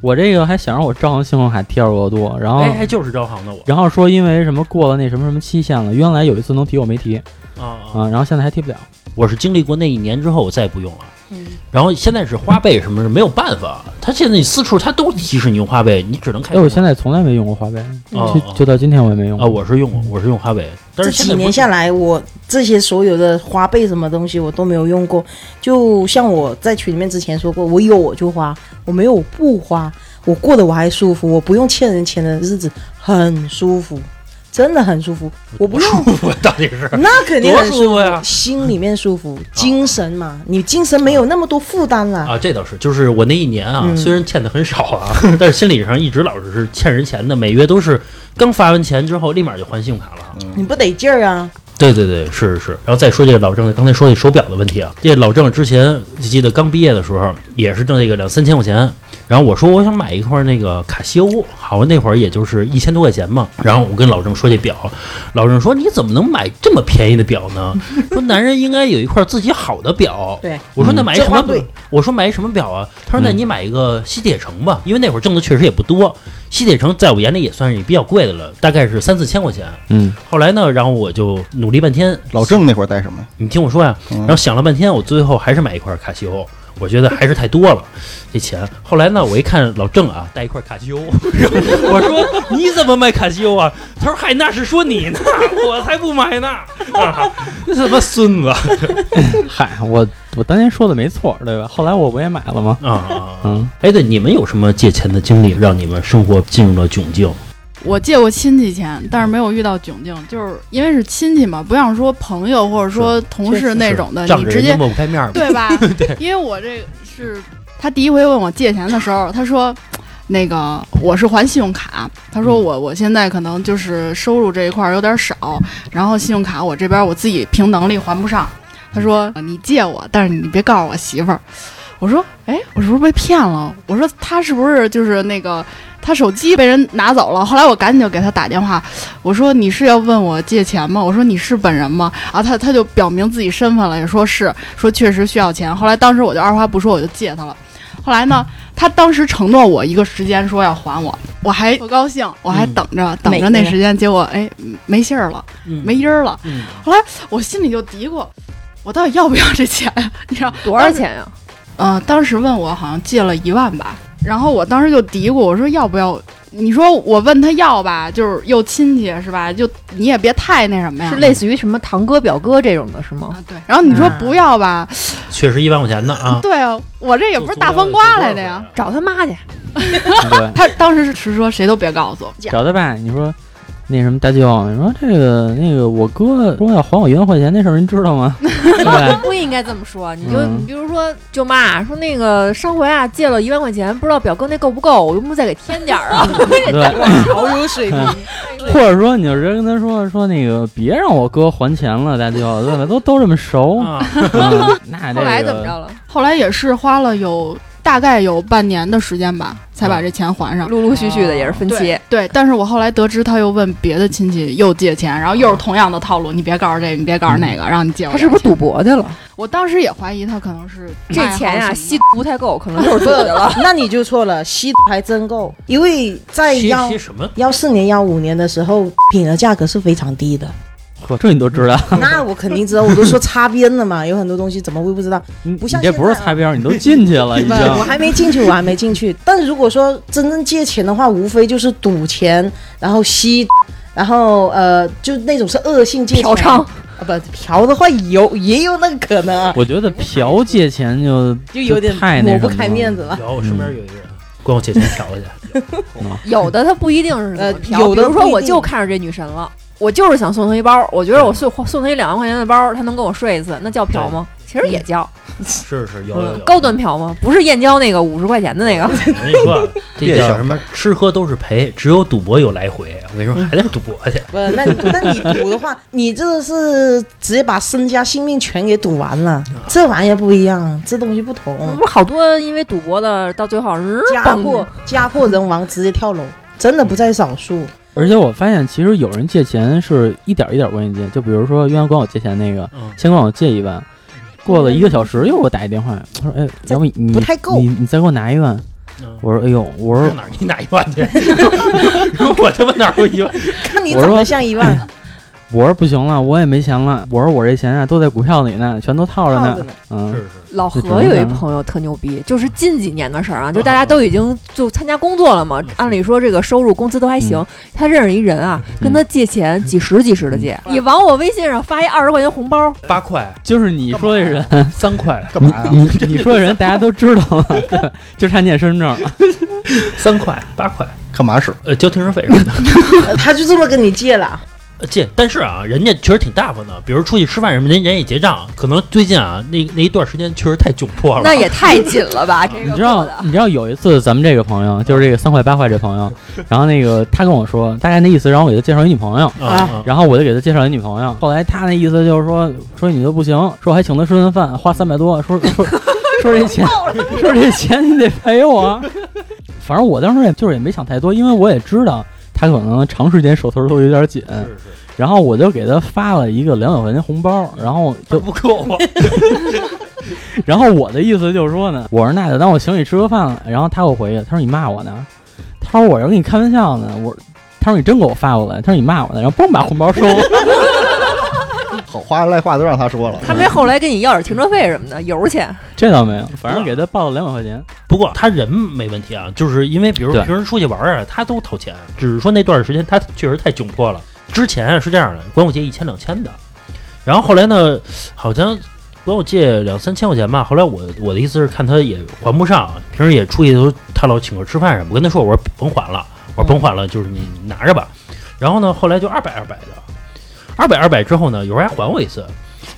C: 我这个还想让我招行信用卡提点额度，然后、
A: 哎，还就是招行的我
C: (laughs) 然后说因为什么过了那什么什么期限了，原来有一次能提我没提
A: 啊啊！
C: 啊，然后现在还提不了。
A: 我是经历过那一年之后，我再也不用了。
C: 嗯
A: 然后现在是花呗什么的没有办法，他现在你四处他都提示你用花呗，你只能开
C: 哎，
A: 通了。
C: 我现在从来没用过花呗，
A: 哦
C: 就就到今天我也没用
A: 啊，
C: 过。
A: 我是用过，我是用花呗，但
D: 这
A: 是
D: 几年下
A: 来，
D: 来，我这些所有的花呗什么东西我都没有用过。就像我在群里面之前说过，我有我就花，我没有我不花，我过得我还舒服，我不用欠人钱的日子很舒服，真的很舒服。我不用，
A: (laughs) 我到底
D: (laughs)
A: 是
D: 那肯定很
A: 多舒服啊呀
D: 心里面舒服，精神嘛，你精神没有那么多负担了。
A: 啊，这倒是，就是我那一年啊，
D: 嗯
A: 虽然欠的很少啊，但是心理上一直老是是欠人钱的，每月都是刚发完钱之后立马就换信用卡了。
D: 你
B: 嗯
D: 不得劲儿啊？
A: 对对对，是是。然后再说这个老郑，刚才说这手表的问题啊，这老郑之前记得刚毕业的时候也是挣那个两三千块钱，然后我说我想买一块那个卡西欧，好像那会儿也就是一千多块钱嘛。然后我跟老郑说这表，老郑说你怎么能买这么便宜的表
D: (laughs)
A: 呢？说男人应该有一块自己好的表。
D: 对，嗯
A: 我说那买一什么
D: 这话对？嗯
A: 我说买一什么表啊？他说那你买一个西铁城吧，因为那会儿挣的确实也不多，西铁城在我眼里也算是比较贵的了，大概是三四千块钱。
C: 嗯，
A: 后来呢，然后我就努力半天，
B: 老郑那会儿戴什么呀？
A: 你听我说呀，
B: 嗯
A: 然后想了半天，我最后还是买一块卡西欧，我觉得还是太多了，这钱。后来呢，我一看老郑啊，带一块卡西欧，然后我说你怎么买卡西欧啊？他说嗨，那是说你呢， (laughs) 我才不买呢，啊，这他妈孙子啊
C: 嗨，我我当年说的没错，对吧？后来我不也买了吗？
A: 啊！啊
C: 嗯，
A: 哎，对，你们有什么借钱的经历，让你们生活进入了窘境？
F: 我借过亲戚钱，但是没有遇到窘境，就是因为是亲戚嘛，不像说朋友或者说同
D: 确
F: 事
D: 实
F: 那种的，
A: 仗
F: 你
A: 着
F: 直
A: 人家
F: 接
A: 抹不开面儿嘛，(laughs)
F: 对吧？因为我这是他第一回问我借钱的时候，他说。那个我是还信用卡，他说
A: 嗯
F: 我我现在可能就是收入这一块儿有点少，然后信用卡我这边我自己凭能力还不上，他说呃你借我，但是你别告诉我媳妇儿。我说哎，我是不是被骗了？我说他是不是就是那个他手机被人拿走了？后来我赶紧就给他打电话，我说你是要问我借钱吗？我说你是本人吗？然后他他就表明自己身份了，也说是，说确实需要钱。后来当时我就二话不说我就借他了。后来呢，他当时承诺我一个时间说要还我，我还特高兴，我还
A: 嗯
F: 等着、等着
D: 美的
F: 那时间，结果哎没信儿了，没音儿了。
A: 嗯，
F: 我心里就嘀咕，我到底要不要这钱？ (laughs) 你知道？
E: 多少钱啊呀？
F: 呃，当时问我好像借了一万吧，然后我当时就嘀咕，我说要不要？你说我问他要吧，就是又亲戚是吧？就你也别太那什么呀。
E: 是类似于什么堂哥、表哥这种的，是吗？
F: 啊，对。然后你说不要吧，
E: 哎
A: 确实一万块钱的啊，
F: 对啊，我这也不是大风刮来的呀。
E: 找他妈去！
C: 嗯对。
F: 他当时是说谁都别告诉我，
C: 找他爸，你说那什么大舅，你说这个那个我哥说要还我一万块钱那事儿，您知道吗？ (laughs) 对吧？
E: (laughs) 不应该这么说，你就
C: 嗯
E: 你比如说舅妈说那个上回啊借了一万块钱，不知道表哥那够不够，我用不再给添点儿
D: (laughs)
E: 啊？
C: 对，
D: (laughs) 好有水
C: 平或者说你就直接跟他说说那个别让我哥还钱了，大舅，对吧？都都这么熟，
A: 啊，
C: (laughs) 嗯那这
E: 后
C: 个
E: 来怎么着了？
F: 后来也是花了有大概有半年的时间吧，才把这钱还上。
E: 陆陆续续的也是分期
F: 对。对，但是我后来得知他又问别的亲戚又借钱，然后又是同样的套路，你别告诉这个，你别告诉那
E: 嗯
F: 个，让你借我。
E: 他是不是赌？博去了？
F: 我当时也怀疑他可能是
E: 这
D: 哎
E: 钱呀、
F: 呀、
E: 吸不太够，可能就是对的了。
D: 那你就错了，吸毒还真够，因为在
A: 吸
D: 幺
A: 吸什么？
D: 幺四年、幺五年的时候，品的价格是非常
C: (laughs)
D: 低的。
C: 呵，这你都知道？
D: 那我肯定知道，我都说擦边了嘛，有 (laughs) 很多东西怎么会不知道？
C: 你
D: 不像
C: 你这不
D: 现
C: 是
D: 在啊
C: 擦边儿，你都进去
E: (laughs)
C: 了已经。
D: 我还没进去，我还没进去。但是如果说真正借钱的话，无非就是赌钱，然后吸，然后呃，就那种是恶性借钱。
E: (laughs) 嫖娼
D: 啊，不嫖的话有也有那个可能啊，
C: 我觉得嫖借钱就
D: 就有点
C: 太那
D: 抹
C: 什
D: 不
C: 么
D: 开
C: 了
D: 面子
E: (laughs)
D: 了。
A: 有，我身
E: 嗯
A: 边有一个人管我借钱嫖去。
E: 有的他不一定是怎么嫖，
D: 呃有的
E: 比如说
D: 不一定
E: 我就看上这女神了，我就是想送她一包，我觉得我送送她一两万块钱的包，她能跟我睡一次，那叫嫖吗？其实也叫
A: 是是有有有。
E: 嗯高端嫖吗？不是燕郊那个五十块钱的那个，
A: 我跟你说啊，这
B: 别
A: 叫
B: 想
A: 什么？吃喝都是赔，只有赌博有来回。我跟你
E: 嗯
A: 说，还得是赌博去。
D: 不，那你 (laughs) 那你赌的话，你这是直接把身家性命全给赌完了，这玩意儿不一样，这东西不同，
E: (laughs) 不是好多因为赌博的到最后嗯
D: 家破家破人亡，直接跳楼，真的不在少数。
C: 而且我发现，其实有人借钱是一点儿一点儿管你借，就比如说鸳鸯管我借钱那个，
A: 嗯
C: 先管我借一万，过了一个小时又给我打一电话，他说：“哎，
D: 这
C: 要不你
D: 不太够
C: 你你再给我拿一万。”
A: 嗯
C: 我说：“哎呦，我说
A: 上哪儿？你哪一万去？ (laughs) 我他妈哪儿有一万？
D: 看你
C: 我
D: 长
C: 说
D: 得像一万，
C: 我说不行了，我也没钱了，我说我这钱啊都在股票里呢，全都套着
D: 套着
C: 呢
D: 呢。
A: 是
C: 嗯，
A: 是，
E: 老何有一朋友特牛逼，就是近几年的事儿啊，就大家都已经就参加工作了
C: 嗯
E: 嘛，按理说这个收入工资都还行。他认识一人啊，
C: 嗯
E: 跟他借钱几十几十的借，你往我微信上发一二十块钱红包，
A: 八块，
C: 就是你说的人，
A: 三块，
B: 干
C: 你
B: 嘛
D: (laughs)
B: 呀？
C: 你你说的人，大家都知道了， (laughs) 对，就差你的身份
D: (laughs)
C: 证了。
A: 三块，八块，
B: 干嘛使？
A: 呃，交停车费什么的。
D: 他就这么跟你借了，
A: 借，但是啊，人家确实挺大方的。比如出去吃饭什么，人人也结账。可能最近啊，那那一段时间确实太窘迫了。
E: 那也太紧了
C: (laughs)
E: 吧？这个
C: 你知道
E: 过得，
C: 你知道有一次咱们这个朋友，就是这个三块八块这
D: (laughs)
C: 朋友，然后那个他跟我说大概那意思，然后我给他介绍一女朋友，
A: 啊啊，
C: 然后我就给他介绍一女朋友，后来他那意思就是说说你这不行，说还请他吃顿饭，花三百多，说说说这钱，说这钱你得赔我。 (laughs) 反正我当时也就是也没想太多，因为我也知道他可能长时间手头都有点紧，
A: 是是，
C: 然后我就给他发了一个两百块钱红包，然后就
A: 不够啊。
C: 然后我的意思就是说呢，我说那就当我请你吃个饭了。然后他给我回去，他说你骂我呢，他说我要跟你开玩笑呢，我他说你真给我发过来，他说你骂我呢，然后嘣把红包收了。
B: 好话赖话都让他说了。
E: (laughs) 他没后来跟你要点停车费什么的，油
C: (laughs)
E: 钱。
C: 这倒没有，反正给他报了两百块钱。
A: 不过他人没问题啊，就是因为比如
C: 对
A: 平时出去玩啊，他都掏钱，只是说那段时间他确实太窘迫了。之前啊是这样的，管我借一千两千的，然后后来呢，好像管我借两三千块钱吧。后来我我的意思是看他也还不上，平时也出去的时候他老请客吃饭什么，我跟他说我说甭还了，我说甭还了，就是你拿着吧。然后呢，后来就二百二百的，二百二百之后呢，有时候还还我一次。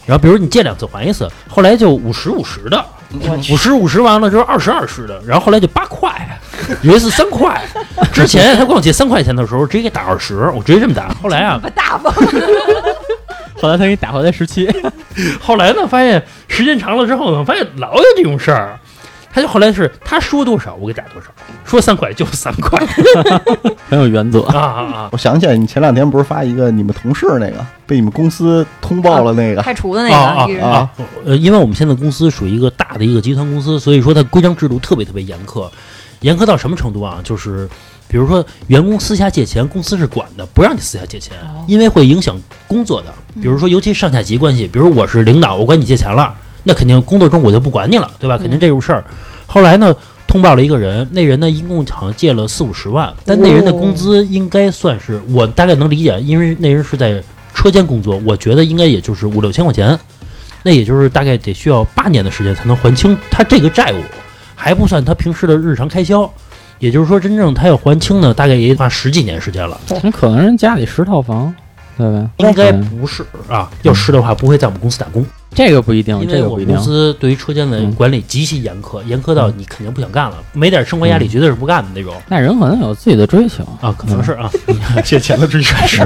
A: 然后比如你借两次还一次，后来就五十五十的，五十五十完了之后二十二十的，然后后来就八块， (laughs) 有一次三块。之前他管我借三块钱的时候，直接给打二十，我直接这么打。后来啊，
E: 不大方，
C: 后来他给你打回来十七， (laughs)
A: 后来呢，发现时间长了之后呢，发现老有这种事儿。他就后来是他说多少我给打多少，说三块就三块
C: 很有原则。
A: (laughs) 啊啊啊！
B: 我想起来，你前两天不是发一个你们同事那个被你们公司通报了那个
E: 开除的
A: 啊
C: 哦
A: 啊
E: 那个艺人，
B: 啊？
A: 呃，因为我们现在公司属于一个大的一个集团公司，所以说它规章制度特别特别严苛，严苛到什么程度啊？就是比如说员工私下借钱，公司是管的，不让你私下借钱，
C: 哦
A: 因为会影响工作的。比如说，尤其上下级关系，比如我是领导，我管你借钱了，那肯定工作中我就不管你了，对吧？肯定这种事儿。后来呢？通报了一个人，那人呢一共好像借了四五十万，但那人的工资应该算是我大概能理解，因为那人是在车间工作，我觉得应该也就是五六千块钱。那也就是大概得需要八年的时间才能还清他这个债务，还不算他平时的日常开销。也就是说，真正他要还清呢，大概也得花十几年时间了，
C: 怎么可能人家里十套房，对吧？
A: 应该
C: 嗯
A: 不是啊。要是的话，不会在我们公司打工，
C: 这个不一定，
A: 因
C: 嗯这
A: 为
C: 个
A: 我
C: 不一
A: 们
C: 定
A: 公。司对于车间的
C: 嗯
A: 管理极其严苛，严苛到你肯定不想干了，没点生活
C: 嗯
A: 压力绝对是不干的那种
C: 那人可能有自己的追求。
A: 啊，可能是啊。 (laughs)
B: 借钱的追求是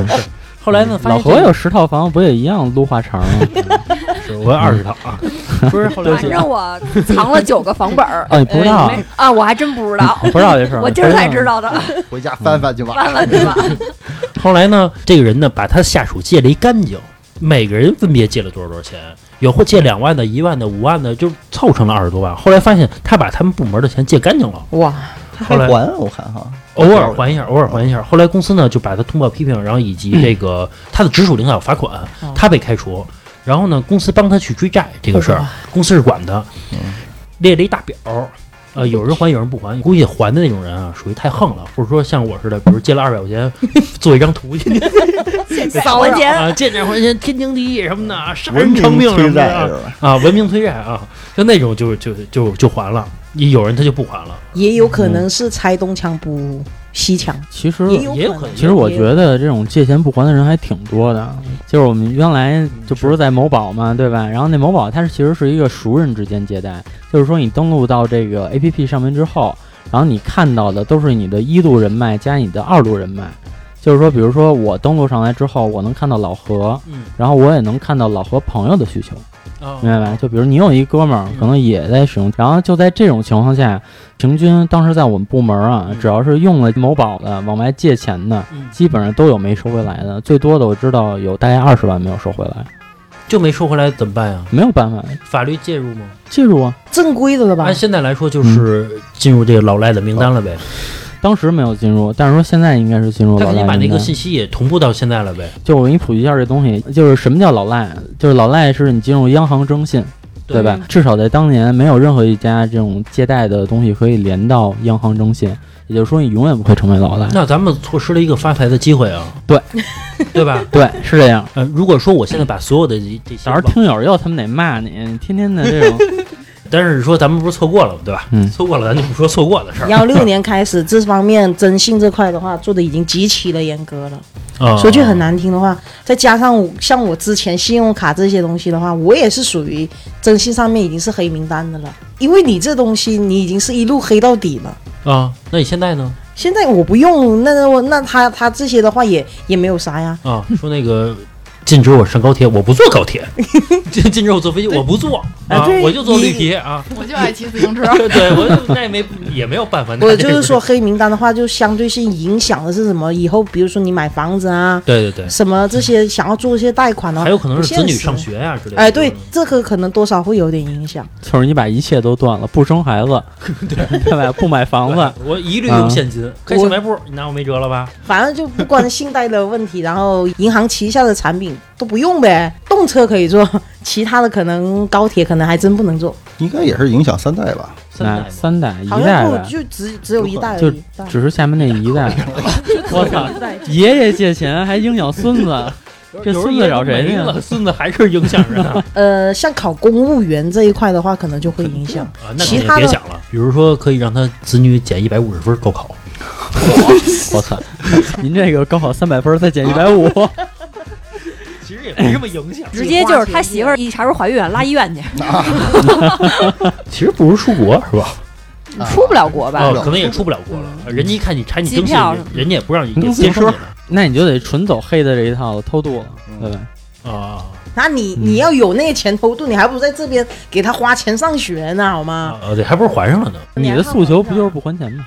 A: 后来呢，发
C: 老
A: 现
C: 何有十套房，不也一样撸花肠吗？。
A: 是我有二十套啊， (laughs) 不是后来
E: 反正我藏了九个房本儿
C: 啊，
A: 哦
C: 你不知道啊，
E: 没啊，我还真不知道，
A: (laughs)
C: 不知道这事儿。
E: 我今儿
A: 嗯
E: 才知。道的，
B: 回家翻翻去吧。
E: (laughs) 完了对吧？
A: 后来呢，这个人呢把他下属借了一干净，每个人分别借了多少多少钱，有或借两万的、一万的、五万的，就凑成了二十多万。后来发现他把他们部门的钱借干净了，
D: 哇，
A: 后来
B: 还啊我看哈，
A: 偶尔还一下，偶尔还一下。后来公司呢就把他通报批评，然后以及这个、他的直属领导罚款，他被开除。然后呢，公司帮他去追债这个事儿，公司是管的，列了一大表儿。呃，有人还，有人不还，估计还的那种人啊，属于太横了，或者说像我似的，比如借了二百块钱，做一张图去， (laughs)
E: 扫完钱，
A: 啊，见点还钱，天经地义什么的，啊杀
B: 文
A: 人偿命
B: 明
A: 什
B: 催
A: 么的
B: 债
A: 啊
B: 是吧？
A: 啊，文明催债啊，就那种就就就就还了，有人他就不还了，
D: 也有可能是拆东墙补西墙，
C: 其实
D: 也有
A: 也有
D: 可
A: 可能
D: 能。
C: 其实我觉得这种借钱不还的人还挺多的，就是我们原来
A: 嗯
C: 就不是在某宝嘛，对吧？然后那某宝它是其实是一个熟人之间借贷，就是说你登录到这个 APP 上面之后，然后你看到的都是你的一路人脉加你的二路人脉，就是说，比如说我登录上来之后，我能看到老何，
A: 嗯
C: 然后我也能看到老何朋友的需求。
A: 啊
C: 明白吧？就比如你有一哥们儿
A: 嗯
C: 可能也在使用，然后就在这种情况下，平均当时在我们部门啊
A: 嗯，
C: 只要是用了某宝的往外借钱的，
A: 嗯，
C: 基本上都有没收回来的，最多的我知道有大概二十万没有收回来，
A: 就没收回来怎么办呀？
C: 没有办法
A: 法律介入吗？
C: 记住啊，
D: 正规的了吧
A: 按？现在来说，就是进入这个老赖的名单了呗。
C: 当时没有进入，但是说现在应该是进入
A: 他
C: 哦老
A: 肯定把
C: 赖
A: 那
C: 名
A: 个
C: 单。
A: 信息也同步到现在了呗。
C: 就我给你普及一下这东西，就是什么叫老赖，就是老赖是你进入央行征信，对吧？？至少在当年，没有任何一家这种借贷的东西可以连到央行征信，也就是说你永远不会成为老赖。
A: 那咱们错失了一个发财的机会啊！
C: 对，
A: (laughs) 对吧？
C: 对，是这样。
A: 呃，如果说我现在把所有的这这些
C: 到
A: 网，
C: 时候听友又他们得骂你，你天天的这种，
A: 但是说咱们不是错过了吗？对吧？
C: 嗯
A: 错过了，咱就不说错过的事儿。
D: 幺六年开始，这方面征信这块的话，做的已经极其的严格了。
A: 啊
D: 说句很难听的话，再加上我像我之前信用卡这些东西的话，我也是属于征信上面已经是黑名单的了，因为你这东西你已经是一路黑到底了。
A: 啊，那你现在呢？
D: 现在我不用，那我那他他这些的话也也没有
A: (laughs)
D: 啥呀。
A: 啊，说那个禁止我上高铁，我不坐高铁；禁禁止我坐飞机，我不坐啊
D: 啊，对
A: 我就坐地铁啊。
F: 我就爱骑自行车。 (laughs)
A: 对，我就那也没也没有办法。
D: 我就是说，黑名单的话，就相对性影响的是什么？以后比如说你买房子啊，
A: 对对对，
D: 什么这些想要做一些贷款啊，
A: 还有可能
D: 不
A: 是
D: 现
A: 子女
D: 实
A: 上。学呀之类的。
D: 哎，对，这个可能多少会有点影响。
C: 就是你把一切都断了，不生孩子， (laughs) 对吧？不买房子，
A: 我一律用现金，开小卖部，你拿我没辙了吧？
D: 反正就不光是信贷的问题，然后银行旗下的产品都不用呗，动车可以坐，其他的可能高铁可能还真不能坐，
B: 应该也是影响三代吧？
A: 三代
C: 那
A: 嘛
C: 三代一
D: 好
C: 代
D: 像不
C: 吧，
D: 就只只有一代而
C: 就
D: 已。对
C: 只是下面那一代。
A: (laughs)
C: 我操， (laughs) 爷爷借钱还影响孙子，这孙子找谁
A: 有时候爷
C: 去
A: 爷都没了？孙子还是影响啊着呢。 (laughs)
D: 呃，像考公务员这一块的话，可能就会影响。
A: 啊，那
D: 其
A: 肯定
D: 他
A: 别
D: 的
A: 想了。比如说，可以让他子女减一百五十分高考。
C: 我操，您这个高考三百分再减一百五，
A: 其实也没什么影响
E: 直接就是他媳妇儿一查出怀孕拉医院去，
A: 其实不如出国是吧？
E: 出不了国吧？
A: 啊，可能也出不了国了。人家一看你查你
E: 机
A: 征信
E: 票什么，的
A: 人家也不让你
C: 你
A: 也
C: 自
A: 监
C: 行车
A: 视
C: 那你就得纯走黑的这一套了，偷渡了，对吧？
B: 嗯
A: 你啊
D: 那你你要有那个钱偷渡，你还不如在这边给他花钱上学呢，好吗？
A: 啊！对，还不是还 (laughs) 上了呢。
C: 你的诉求不就是不还钱吗？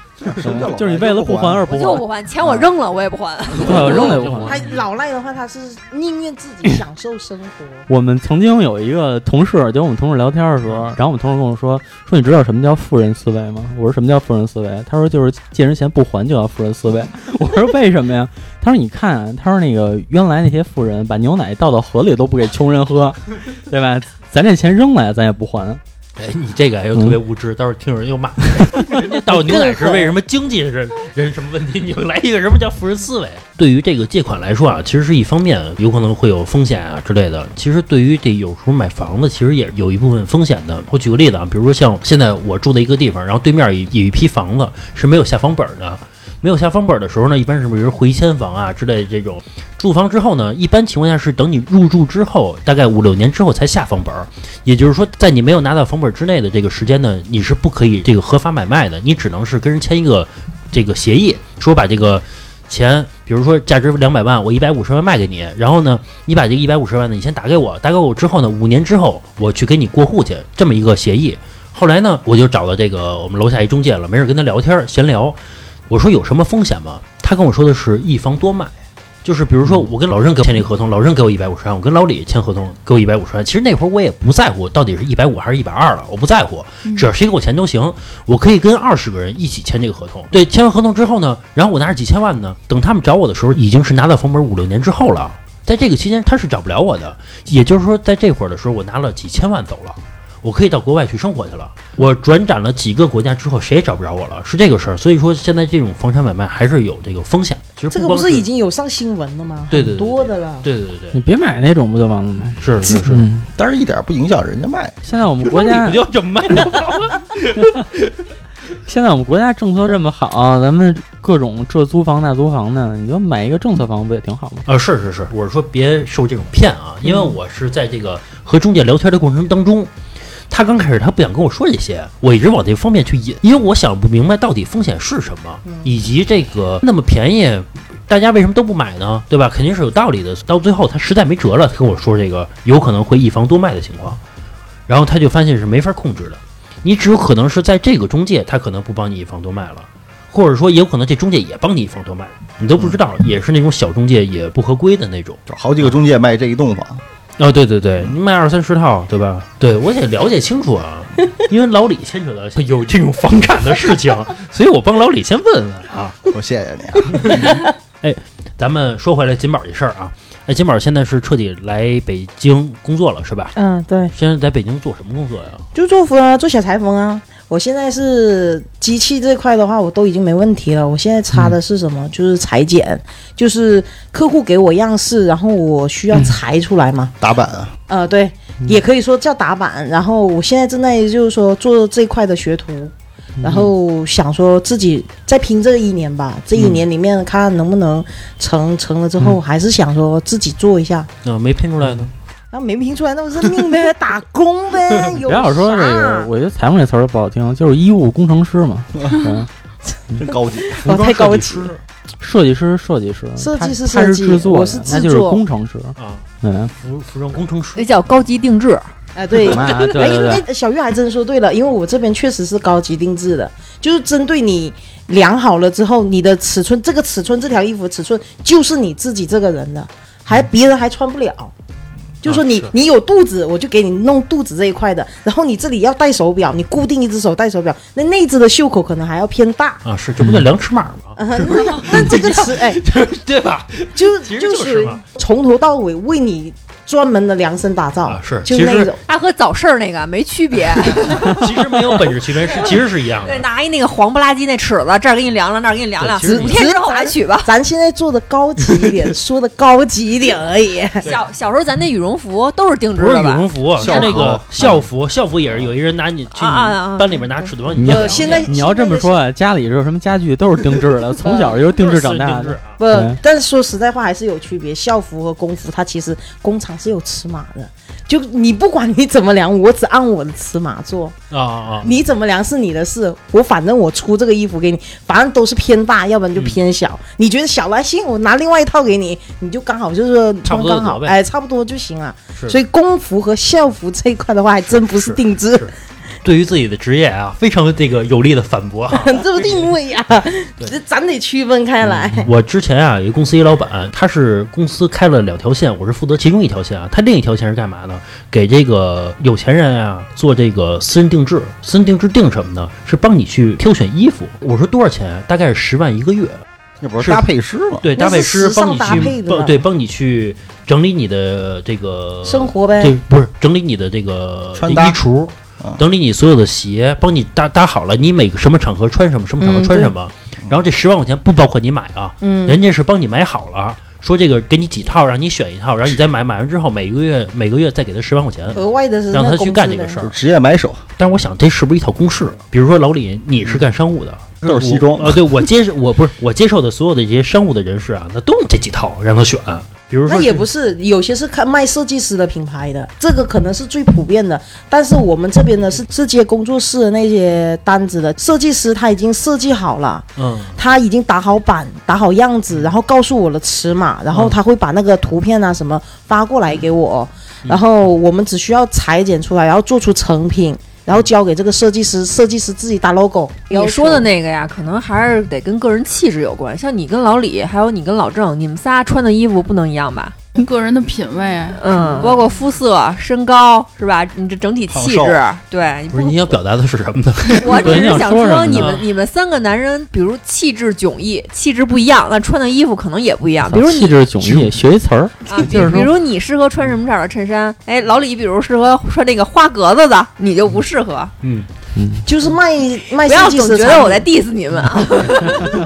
C: 就是你为了不还而不
E: 就
C: 还，
E: 不还钱，我扔了我也不还。
A: 嗯
C: 对，我扔了也不
A: 哦
C: 还
D: 他。老赖的话，他是宁愿自己享受生活。
A: 嗯
C: 我们曾经有一个同事，就我们同事聊天的时候，然后我们同事跟我说说你知道什么叫富人思维吗？我说什么叫富人思维？他说就是借人钱不还就叫富人思维。 (laughs) 我说为什么呀？他说你看啊，他说那个原来那些富人把牛奶倒到河里都不给穷人喝， (laughs) 对吧？咱这钱扔了呀，咱也不还。
A: 哎，你这个又特别无知，到时候听人又骂。 (laughs) 人家倒牛奶是为什么经济人人什么问题？你又来一个什么叫富人思维？对于这个借款来说啊，其实是一方面，有可能会有风险啊之类的。其实对于这有时候买房子，其实也有一部分风险的。我举个例子啊，比如说像现在我住的一个地方，然后对面有有一批房子是没有下房本儿的。没有下房本儿的时候呢，一般是比如回迁房啊之类的这种住房之后呢，一般情况下是等你入住之后，大概五六年之后才下房本儿。也就是说，在你没有拿到房本之内的这个时间呢，你是不可以这个合法买卖的，你只能是跟人签一个这个协议，说把这个钱，比如说价值两百万，我一百五十万卖给你，然后呢，你把这一百五十万呢，你先打给我，打给我之后呢，五年之后我去给你过户去，这么一个协议。后来呢，我就找到这个我们楼下一中介了，没事跟他聊天儿闲聊，我说有什么风险吗？他跟我说的是一房多卖。就是比如
D: 嗯
A: 说，我跟老任给签这个合同，老任给我一百五十万，我跟老李签合同给我一百五十万。其实那会儿我也不在乎到底是一百五还是一百二了，我不在乎，
D: 嗯
A: 只要谁给我钱都行。我可以跟二十个人一起签这个合同。对，签完合同之后呢，然后我拿着几千万呢，等他们找我的时候，已经是拿到房本五六年之后了。在这个期间，他是找不了我的，也就是说，在这会儿的时候，我拿了几千万走了。我可以到国外去生活去了。我转展了几个国家之后，谁也找不着我了，是这个事儿。所以说，现在这种房产买卖还是有这个风险的。其实
D: 这个不
A: 光
D: 是已经有上新闻了吗？
A: 对对对
D: 很多的了。
A: 对对对对，
C: 你别买那种不就完了吗？
A: 是是是， (laughs)
C: 嗯，
B: (laughs) 但是一点不影响人家卖。
C: 现在我们国
A: 你
C: 家
A: 不就这么卖
C: 现在我们国家政策这么好，咱们各种这租房那租房的，你就买一个政策房不也挺好吗？
A: 啊，是是是，我是说别受这种骗啊，因为我是在这个和中介聊天的过程当中，他刚开始他不想跟我说这些，我一直往这方面去引，因为我想不明白到底风险是什么，以及这个那么便宜，大家为什么都不买呢？对吧？肯定是有道理的。到最后他实在没辙了，他跟我说这个有可能会一房多卖的情况，然后他就发现是没法控制的，你只有可能是在这个中介他可能不帮你一房多卖了。或者说，也有可能这中介也帮你一房多卖，你都不知道，也是那种小中介也不合规的那种。
B: 就好几个中介卖这一栋房，
A: 哦，对对对，你卖二三十套，对吧？对，我得了解清楚 (laughs) 啊，因为老李牵扯到有这种房产的事 (laughs) 情，所以我帮老李先问问啊。
B: 我谢谢你啊。
A: 咱们说回来金宝这事儿啊，哎，金宝现在是彻底来北京工作了，是吧？
D: 嗯，对，
A: 现在在北京做什么工作呀？
D: 就做服啊，做小裁缝啊。我现在是机器这块的话，我都已经没问题了。我现在差的是什
A: 嗯
D: 么？就是裁剪，就是客户给我样式，然后我需
A: 嗯
D: 要裁出来嘛。
B: 打板啊，
D: 呃，
C: 嗯
D: 对，也可以说叫打板。然后我现在正在就是说做这块的学徒，
C: 嗯
D: 然后想说自己再拼这一年吧，这
C: 嗯
D: 一年里面看能不能成，成了之后还是想说自己做一下，
A: 啊，没拼出来呢。
D: 然后没拼出来，那我认命
C: (laughs)
D: 呗，打工呗，有
C: 不要说这个
D: 啥，
C: 我觉得“裁缝”这词儿不好听，就是医务工程师
D: (laughs)
C: 嘛。嗯
B: 真高级，
D: 哦太高级
B: 服装设计师
C: 设计师，
D: 设
C: 设计师，他
D: 计师
C: 他
D: 设
C: 是
D: 计
C: 制作的，
D: 我是制
C: 他就是
D: 作
C: 工程师。
A: 啊，
C: 嗯，
A: 服服装工程师
E: 那叫高级定制。
D: 哎对。
C: 嘛
A: 啊
C: 对
D: 哎，
C: 对对，
D: 那小玉还真说对了，因为我这边确实是高级定制的，就是针对你量好了之后，你的尺寸，这个尺寸，这条衣服的尺寸就是你自己这个人的，还别人还穿不了。就说你、
A: 啊是
D: 你有肚子，我就给你弄肚子这一块的，然后你这里要戴手表，你固定一只手戴手表，那那只的袖口可能还要
A: (laughs)
D: 偏大。
A: 啊，是这不叫量尺码吗？
D: 啊，那那这个尺哎，
A: (laughs) 对吧？
D: 就
A: 其实
D: 就
A: 就是
D: 属于
A: 嘛
D: 从头到尾为你专门的量身打造，
A: 啊是
D: 就
A: 其
D: 那
A: 实
D: 种。
E: 他和早市儿那个没
A: (laughs)
E: 区别，
A: 其实没有本质区别，是其实是一样
E: 对，
A: 的。
E: 拿一那个黄不拉几那尺子，这儿给你量量，那儿给你量量，
A: 对其实
E: 五天之后来取吧。
D: (laughs) 咱现在做的高级一点，说的高级一点而
A: (laughs)
D: 已。
E: 小小时候咱那羽绒服都是定制
A: 不是
E: 的
A: 羽
E: 吧？
A: 绒服，啊是
B: 校
A: 那个
B: 服
A: 校服，校服也是有一人拿你去
E: 啊啊啊
A: 你班里边拿尺子往
C: 你
A: 你
C: 要
A: 量
D: 现在
C: 你要这么说，啊，家里有什么家具都是定制的，从小就是定制长大
A: 定制
C: 的。
A: 啊
D: 不
C: 对，
D: 但是说实在话还是有区别。校服和工服，它其实工厂是有尺码的，就你不管你怎么量，我只按我的尺码做，
A: 啊啊啊！
D: 你怎么量是你的事。我反正我出这个衣服给你，反正都是偏大，要不然就偏小。
A: 嗯
D: 你觉得小了，行，我拿另外一套给你，你就刚好就是说
A: 差不多
D: 刚
A: 就
D: 好，
A: 得呗
D: 哎，差不多就行了。
A: 是
D: 所以工服和校服这一块的话，还真不是
A: 是
D: 定制，
A: (laughs) 是对于自己的职业啊，非常这个有力的反驳
D: (laughs)
A: 啊。
D: 这不定位呀、
A: 对
D: 这咱得区分开来。
A: 我之前啊，有一公司一老板，他是公司开了两条线，我是负责其中一条线啊。他另一条线是干嘛呢？给这个有钱人啊做这个私人定制。私人定制定什么呢？是帮你去挑选衣服。我说多少钱？啊大概是十万一个月。
B: 那不是
A: 是
B: 搭配师吗？
A: 对，
D: 那
A: 搭
D: 是
A: 配师
D: 时尚
A: 帮你
D: 搭配
A: 去
D: 的
A: 帮
D: 吧
A: 对帮你去整理你的这个
D: 生活呗，
A: 对，不是整理你的这个
B: 穿
A: 衣
B: 搭
A: 橱
B: 啊，
A: 整理你所有的鞋，帮你搭搭好了，你每个什么场合穿什么，什么场合
D: 嗯
A: 穿
D: 对
A: 什么。然后这十万块钱不包括你买啊，
D: 嗯
A: 人家是帮你买好了，说这个给你几套，让你选一套，然后你再买，买完之后每个月每个月再给他十万块钱。
D: 额外的是
A: 让
D: 那
A: 他
D: 工
A: 去
D: 资
A: 干这个
D: 的
A: 事儿
B: 就，职业买手，
A: 但是我想这是不是一套公式？比如说老李，你
D: 嗯
A: 是干商务的，
B: 都是西装
A: 啊、呃对我接受我不是我接受的所有的这些商务的人士啊，那都是这几套让他选。比如说
D: 那也
A: 是
D: 不是，有些是看卖设计师的品牌的，这个可能是最普遍的。但是我们这边呢是是接工作室的那些单子的，设计师他已经设计好了，
A: 嗯
D: 他已经打好版、打好样子，然后告诉我了尺码，然
A: 嗯
D: 后他会把那个图片啊什么发过来给我，
A: 嗯
D: 然后我们只需要裁剪出来，然后做出成品，然后交给这个设计师，设计师自己打 logo。
E: 你说的那个呀，可能还是得跟个人气质有关。像你跟老李，还有你跟老郑，你们仨穿的衣服不能一样吧？
F: 个人的品味，
E: 嗯，包括肤色、身高，是吧？你这整体气
B: 胖
E: 质
B: 瘦，
E: 对，你
A: 不是你想表达的是什么呢？
E: 我只是
C: 你
E: 想
C: 想说什么
E: 你
C: 呢
E: 们你们三个男人，比如气质迥异，气质不一样，那穿的衣服可能也不一样。比如
C: 气
E: 你
C: 质迥异，学一词儿，
E: 啊，比
C: 就是说
E: 比如你适合穿什么色儿的衬衫，哎，老李比如适合穿那个花格子的，你就不适合。
A: 嗯。
D: 就是卖卖
E: 不要
D: 设计
E: 总
D: 师的
E: 觉
D: 产
E: 得
D: 品
E: 我在 diss 你们啊！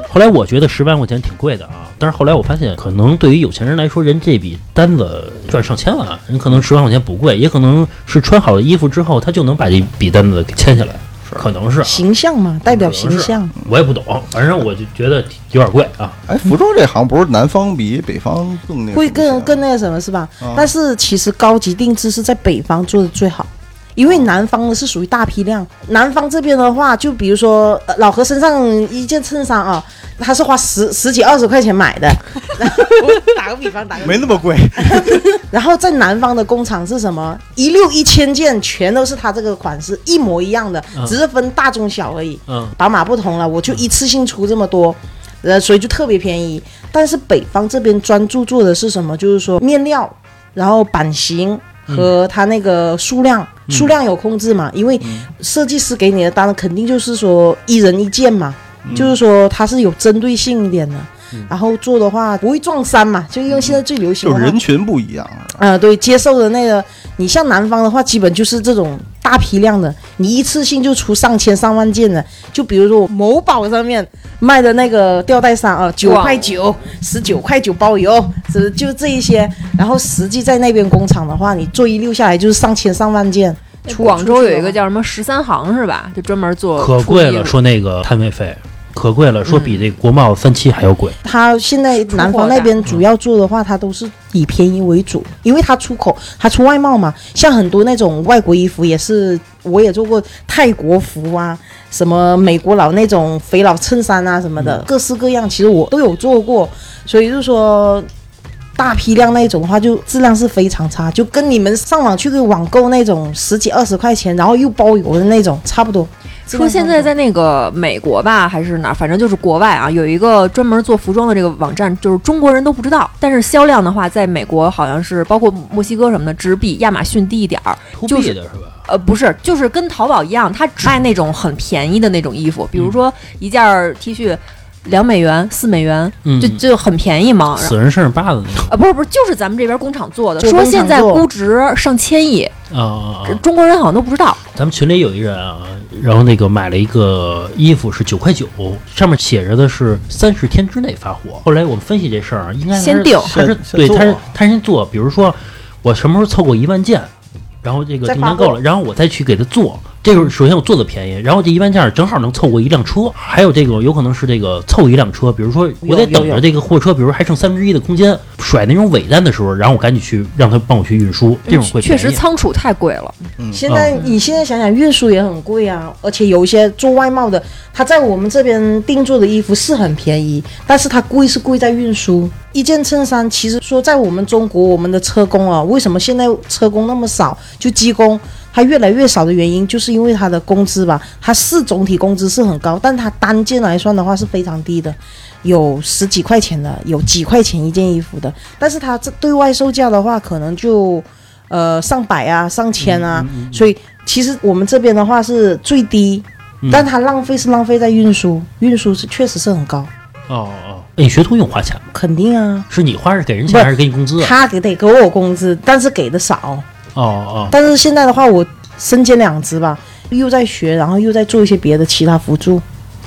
A: 后来我觉得十万块钱挺贵的啊，但是后来我发现，可能对于有钱人来说，人这笔单子赚上千万，啊人可能十万块钱不贵，也可能是穿好了衣服之后，他就能把这笔单子给签下来，可能是啊，
D: 形象
B: 嗯
D: 嘛，代表
A: 可能
D: 形
A: 是
D: 象。
A: 我也不懂，反正我就觉得有点贵啊。
B: 哎，服装这行不是南方比北方更那个什么
D: 会
B: 些
D: 更
B: 啊
D: 更那个什么是吧？
B: 啊
D: 但是其实高级定制是在北方做的最好。因为
B: 啊
D: 南方呢是属于大批量，南方这边的话，就比如说、呃老何身上一件衬衫啊，他是花十十几二十块钱买的，然后我 (laughs) 打个比方，打个比方
B: 没那么贵，
D: (laughs) 然后在南方的工厂是什么？一溜一千件全都是他这个款式，一模一样的
B: 啊
A: 嗯，
D: 只是分大中小而已。
A: 嗯，
D: 宝马不同了，我就一次性出这么多，呃，所以就特别便宜。但是北方这边专注做的是什么？就是说面料，然后版型和它那个数
B: 嗯
D: 量，数量有控制嘛？因为设计师给你的单肯定就是说一人一件嘛，
B: 嗯
D: 就是说它是有针对性一点的。然后做的话不会撞衫嘛，就用现在最流行
B: 就
D: 的
B: 是
D: 话
B: 人群不一样，
D: 啊，对，接受的那个，你像南方的话，基本就是这种大批量的，你一次性就出上千上万件的。就比如说我某宝上面卖的那个吊带衫啊，九
E: 哇
D: 块九、十九块九包邮，是就这一些。然后实际在那边工厂的话，你做一溜下来就是上千上万件。
E: 出哎广州有一个叫什么十三行是吧？就专门做
A: 可贵
E: 出业
A: 了，
E: 务
A: 说那个摊位费可贵了，说比这国贸三期还要贵。
D: 他现在
E: 出
D: 南
E: 货
D: 方那
E: 大
D: 边主要做的话，他都是以便宜为主，因为他出口，他出外贸嘛。像很多那种外国衣服也是，我也做过泰国服啊，什么美国佬那种肥佬衬衫啊什么的，各式各样，其实我都有做过。所以就说。大批量那种的话，就质量是非常差，就跟你们上网去给网购那种十几二十块钱，然后又包邮的那种差不多。质
E: 说
D: 量
E: 现
D: 差不
E: 在
D: 多
E: 在那个美国吧，还是哪儿，反正就是国外啊，有一个专门做服装的这个网站，就是中国人都不知道，但是销量的话，在美国好像是包括墨西哥什么的，只比亚马逊低一点儿。
A: To
E: 就是
A: B 的是吧？
E: 呃，不是，就是跟淘宝一样，它只卖那种很便宜的那种衣服，比如说一件儿 T 恤。两美元、四美元，
A: 嗯
E: 就，就很便宜嘛。然后
A: 死人剩下八的那种
E: 啊，不是不是，就是咱们这边工厂做的。
D: 就
E: 说
D: 工厂
E: 现在
D: 做
E: 估值上千亿，
A: 啊啊啊！
E: 中国人好像都不知道。
A: 咱们群里有一人啊，然后那个买了一个衣服是九块九，上面写着的是三十天之内发货。后来我们分析这事儿啊，应该
E: 先定
A: 他是
B: 先
A: 对
B: 做
A: 他是他先做，比如说我什么时候凑够一万件，然后这个
D: 再
A: 订
D: 发
A: 单
D: 货
A: 够了，然后我再去给他做。这个首先我做的便宜，然后这一万件正好能凑过一辆车，还有这个有可能是这个凑一辆车，比如说我得
D: 有有
A: 等着
D: 有
A: 这个货车，比如还剩三分之一的空间，甩那种尾单的时候，然后我赶紧去让他帮我去运输，这种会
E: 确实
A: 便宜
E: 仓储太贵了。
D: 现在、你现在想想，运输也很贵啊，而且有一些做外贸的，他在我们这边定做的衣服是很便宜，但是它贵是贵在运输。一件衬衫，其实说在我们中国，我们的车工啊，为什么现在车工那么少？就机工，它越来越少的原因，就是因为它的工资吧，它是总体工资是很高，但它单件来算的话是非常低的。有十几块钱的，有几块钱一件衣服的，但是它这对外售价的话，可能就呃上百啊、上千啊，所以其实我们这边的话是最低，
A: 嗯
D: 但它浪费是浪费在运输，运输是确实是很高，
A: 哦哦，你学徒用花钱吗？
D: 肯定啊。
A: 是你花是给人
D: 不
A: 钱
D: 是
A: 还是给你工资啊？
D: 他给得给我工资，但是给的少。
A: 哦哦，
D: 但是现在的话，我身兼两职吧，又在学，然后又在做一些别的其他辅助。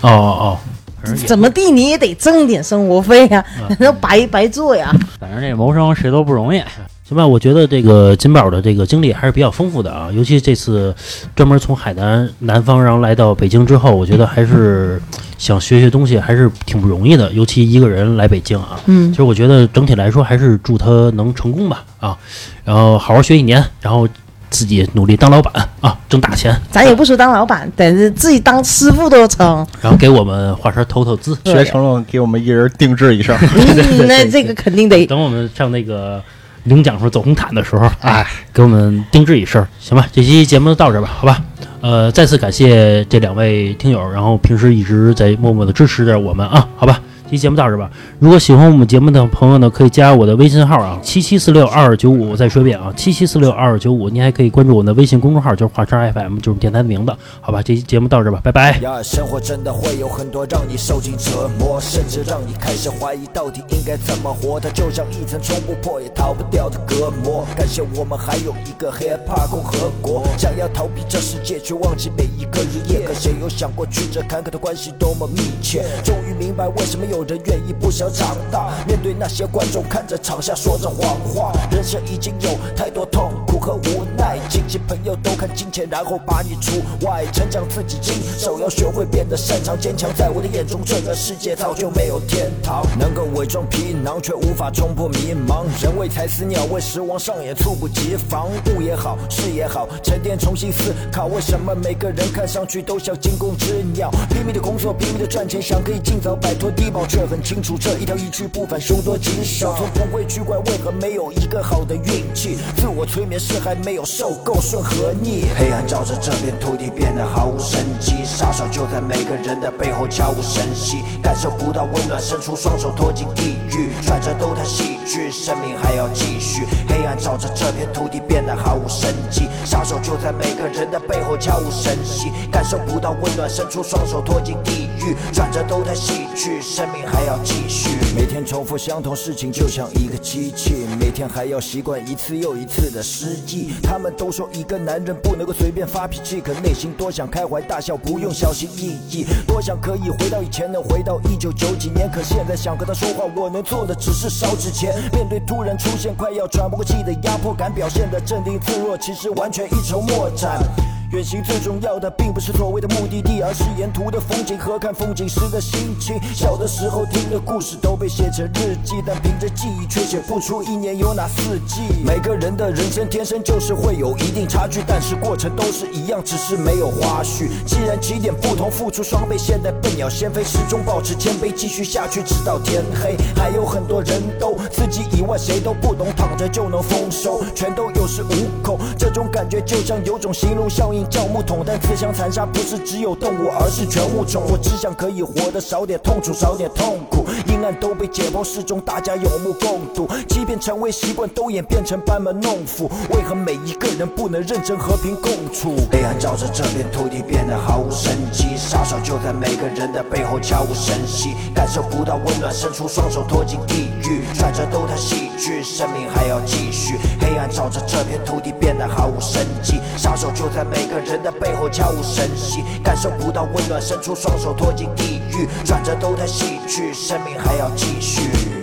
A: 哦哦，反正也
D: 怎么地你也得挣点生活费呀、
A: 啊
D: 难道白白做呀？
C: 反正这谋生谁都不容易。
A: 行吧，我觉得这个金宝的这个经历还是比较丰富的啊，尤其这次专门从海南南方然后来到北京之后，我觉得还是想学学东西还是挺不容易的，尤其一个人来北京啊。
D: 嗯
A: 其，实我觉得整体来说还是祝他能成功吧啊，然后好好学一年，然后自己努力当老板啊，挣大钱，
D: 咱也不说当老板，但是自己当师傅都成。
A: 然后给我们华山投投资。
B: 学成了给我们一人定制一身。
D: 嗯， (laughs) 那这个肯定得
A: 等我们上那个领奖时候走红毯的时候，哎，给我们定制一身儿，行吧？这期节目就到这儿吧，好吧？呃，再次感谢这两位听友，然后平时一直在默默的支持着我们啊，好吧？这期节目到这儿吧。如果喜欢我们节目的朋友呢，可以加我的微信号啊，七七四六二二九五。我再说一遍啊，七七四六二二九五。您还可以关注我的微信公众号，就是华山 FM，就是电台的名字，好吧？这期节目到这儿吧，拜拜。
G: 呀，生活真的会有很多让你受尽折磨，甚至让你开始怀疑到底应该怎么活。它就像一层冲不破也逃不掉的隔膜。感谢我们还有一个 hiphop 共和国，想要逃避这世界，却忘记每一个日夜。可谁有想过曲折坎坷的关系多么密切？终于明白为什么有人愿意不想长大，面对那些观众看着场下说着谎话。人生已经有太多痛苦和无奈，亲戚朋友都看金钱，然后把你除外。成长自己经手，要学会变得擅长坚强。在我的眼中，这个世界早就没有天堂，能够伪装皮囊，却无法冲破迷茫。人为财死，鸟为食亡，上也猝不及防。物也好，事也好，沉淀重新思考，为什么每个人看上去都像惊弓之鸟？拼命的工作，拼命的赚钱，想可以尽早摆脱低保，却很清楚这一条一去不返，凶多吉少。从不会去怪为何没有一个好的运气，自我催眠是还没有受够顺和逆。黑暗照着这片土地，变得毫无生机，杀手就在每个人的背后悄无声息，感受不到温暖，伸出双手托进地狱，揣着都太戏剧，生命还要继续。黑暗照着这片土地，变得毫无生机，杀手就在每个人的背后悄无声息，感受不到温暖，伸出双手托进地狱，揣着都太戏剧，生命还要继续。每天重复相同事情，就像一个机器，每天还要习惯一次又一次的失意。他们都说一个男人不能够随便发脾气，可内心多想开怀大笑，不用小心翼翼。多想可以回到以前，能回到一九九几年，可现在想和他说话，我能做的只是烧纸钱。面对突然出现快要喘不过气的压迫感，表现的镇定自若，其实完全一筹莫展。远行最重要的并不是所谓的目的地，而是沿途的风景和看风景时的心情。小的时候听的故事都被写成日记，但凭着记忆却写不出一年有哪四季。每个人的人生天生就是会有一定差距，但是过程都是一样，只是没有花絮。既然起点不同，付出双倍，现在笨鸟先飞，始终保持谦卑，继续下去直到天黑。还有很多人都自己以外谁都不懂，躺着就能丰收，全都有恃无恐。这种感觉就像有种形容效应叫木桶，但自相残杀不是只有动物，而是全物种。我只想可以活得少点痛楚，少点痛苦。阴暗都被解剖，适中大家有目共睹。即便成为习惯，都演变成班门弄斧。为何每一个人不能认真和平共处？ (laughs) 黑暗照着这片土地，变得毫无生机。杀手就在每个人的背后悄无声息，感受不到温暖，伸出双手托进地狱，转折都太戏剧，生命还要继续。黑暗照着这片土地，变得毫无生机。杀手就在每个人的背后悄无声息，感受不到温暖，伸出双手托进地狱，转折都太戏剧，生命还要继续。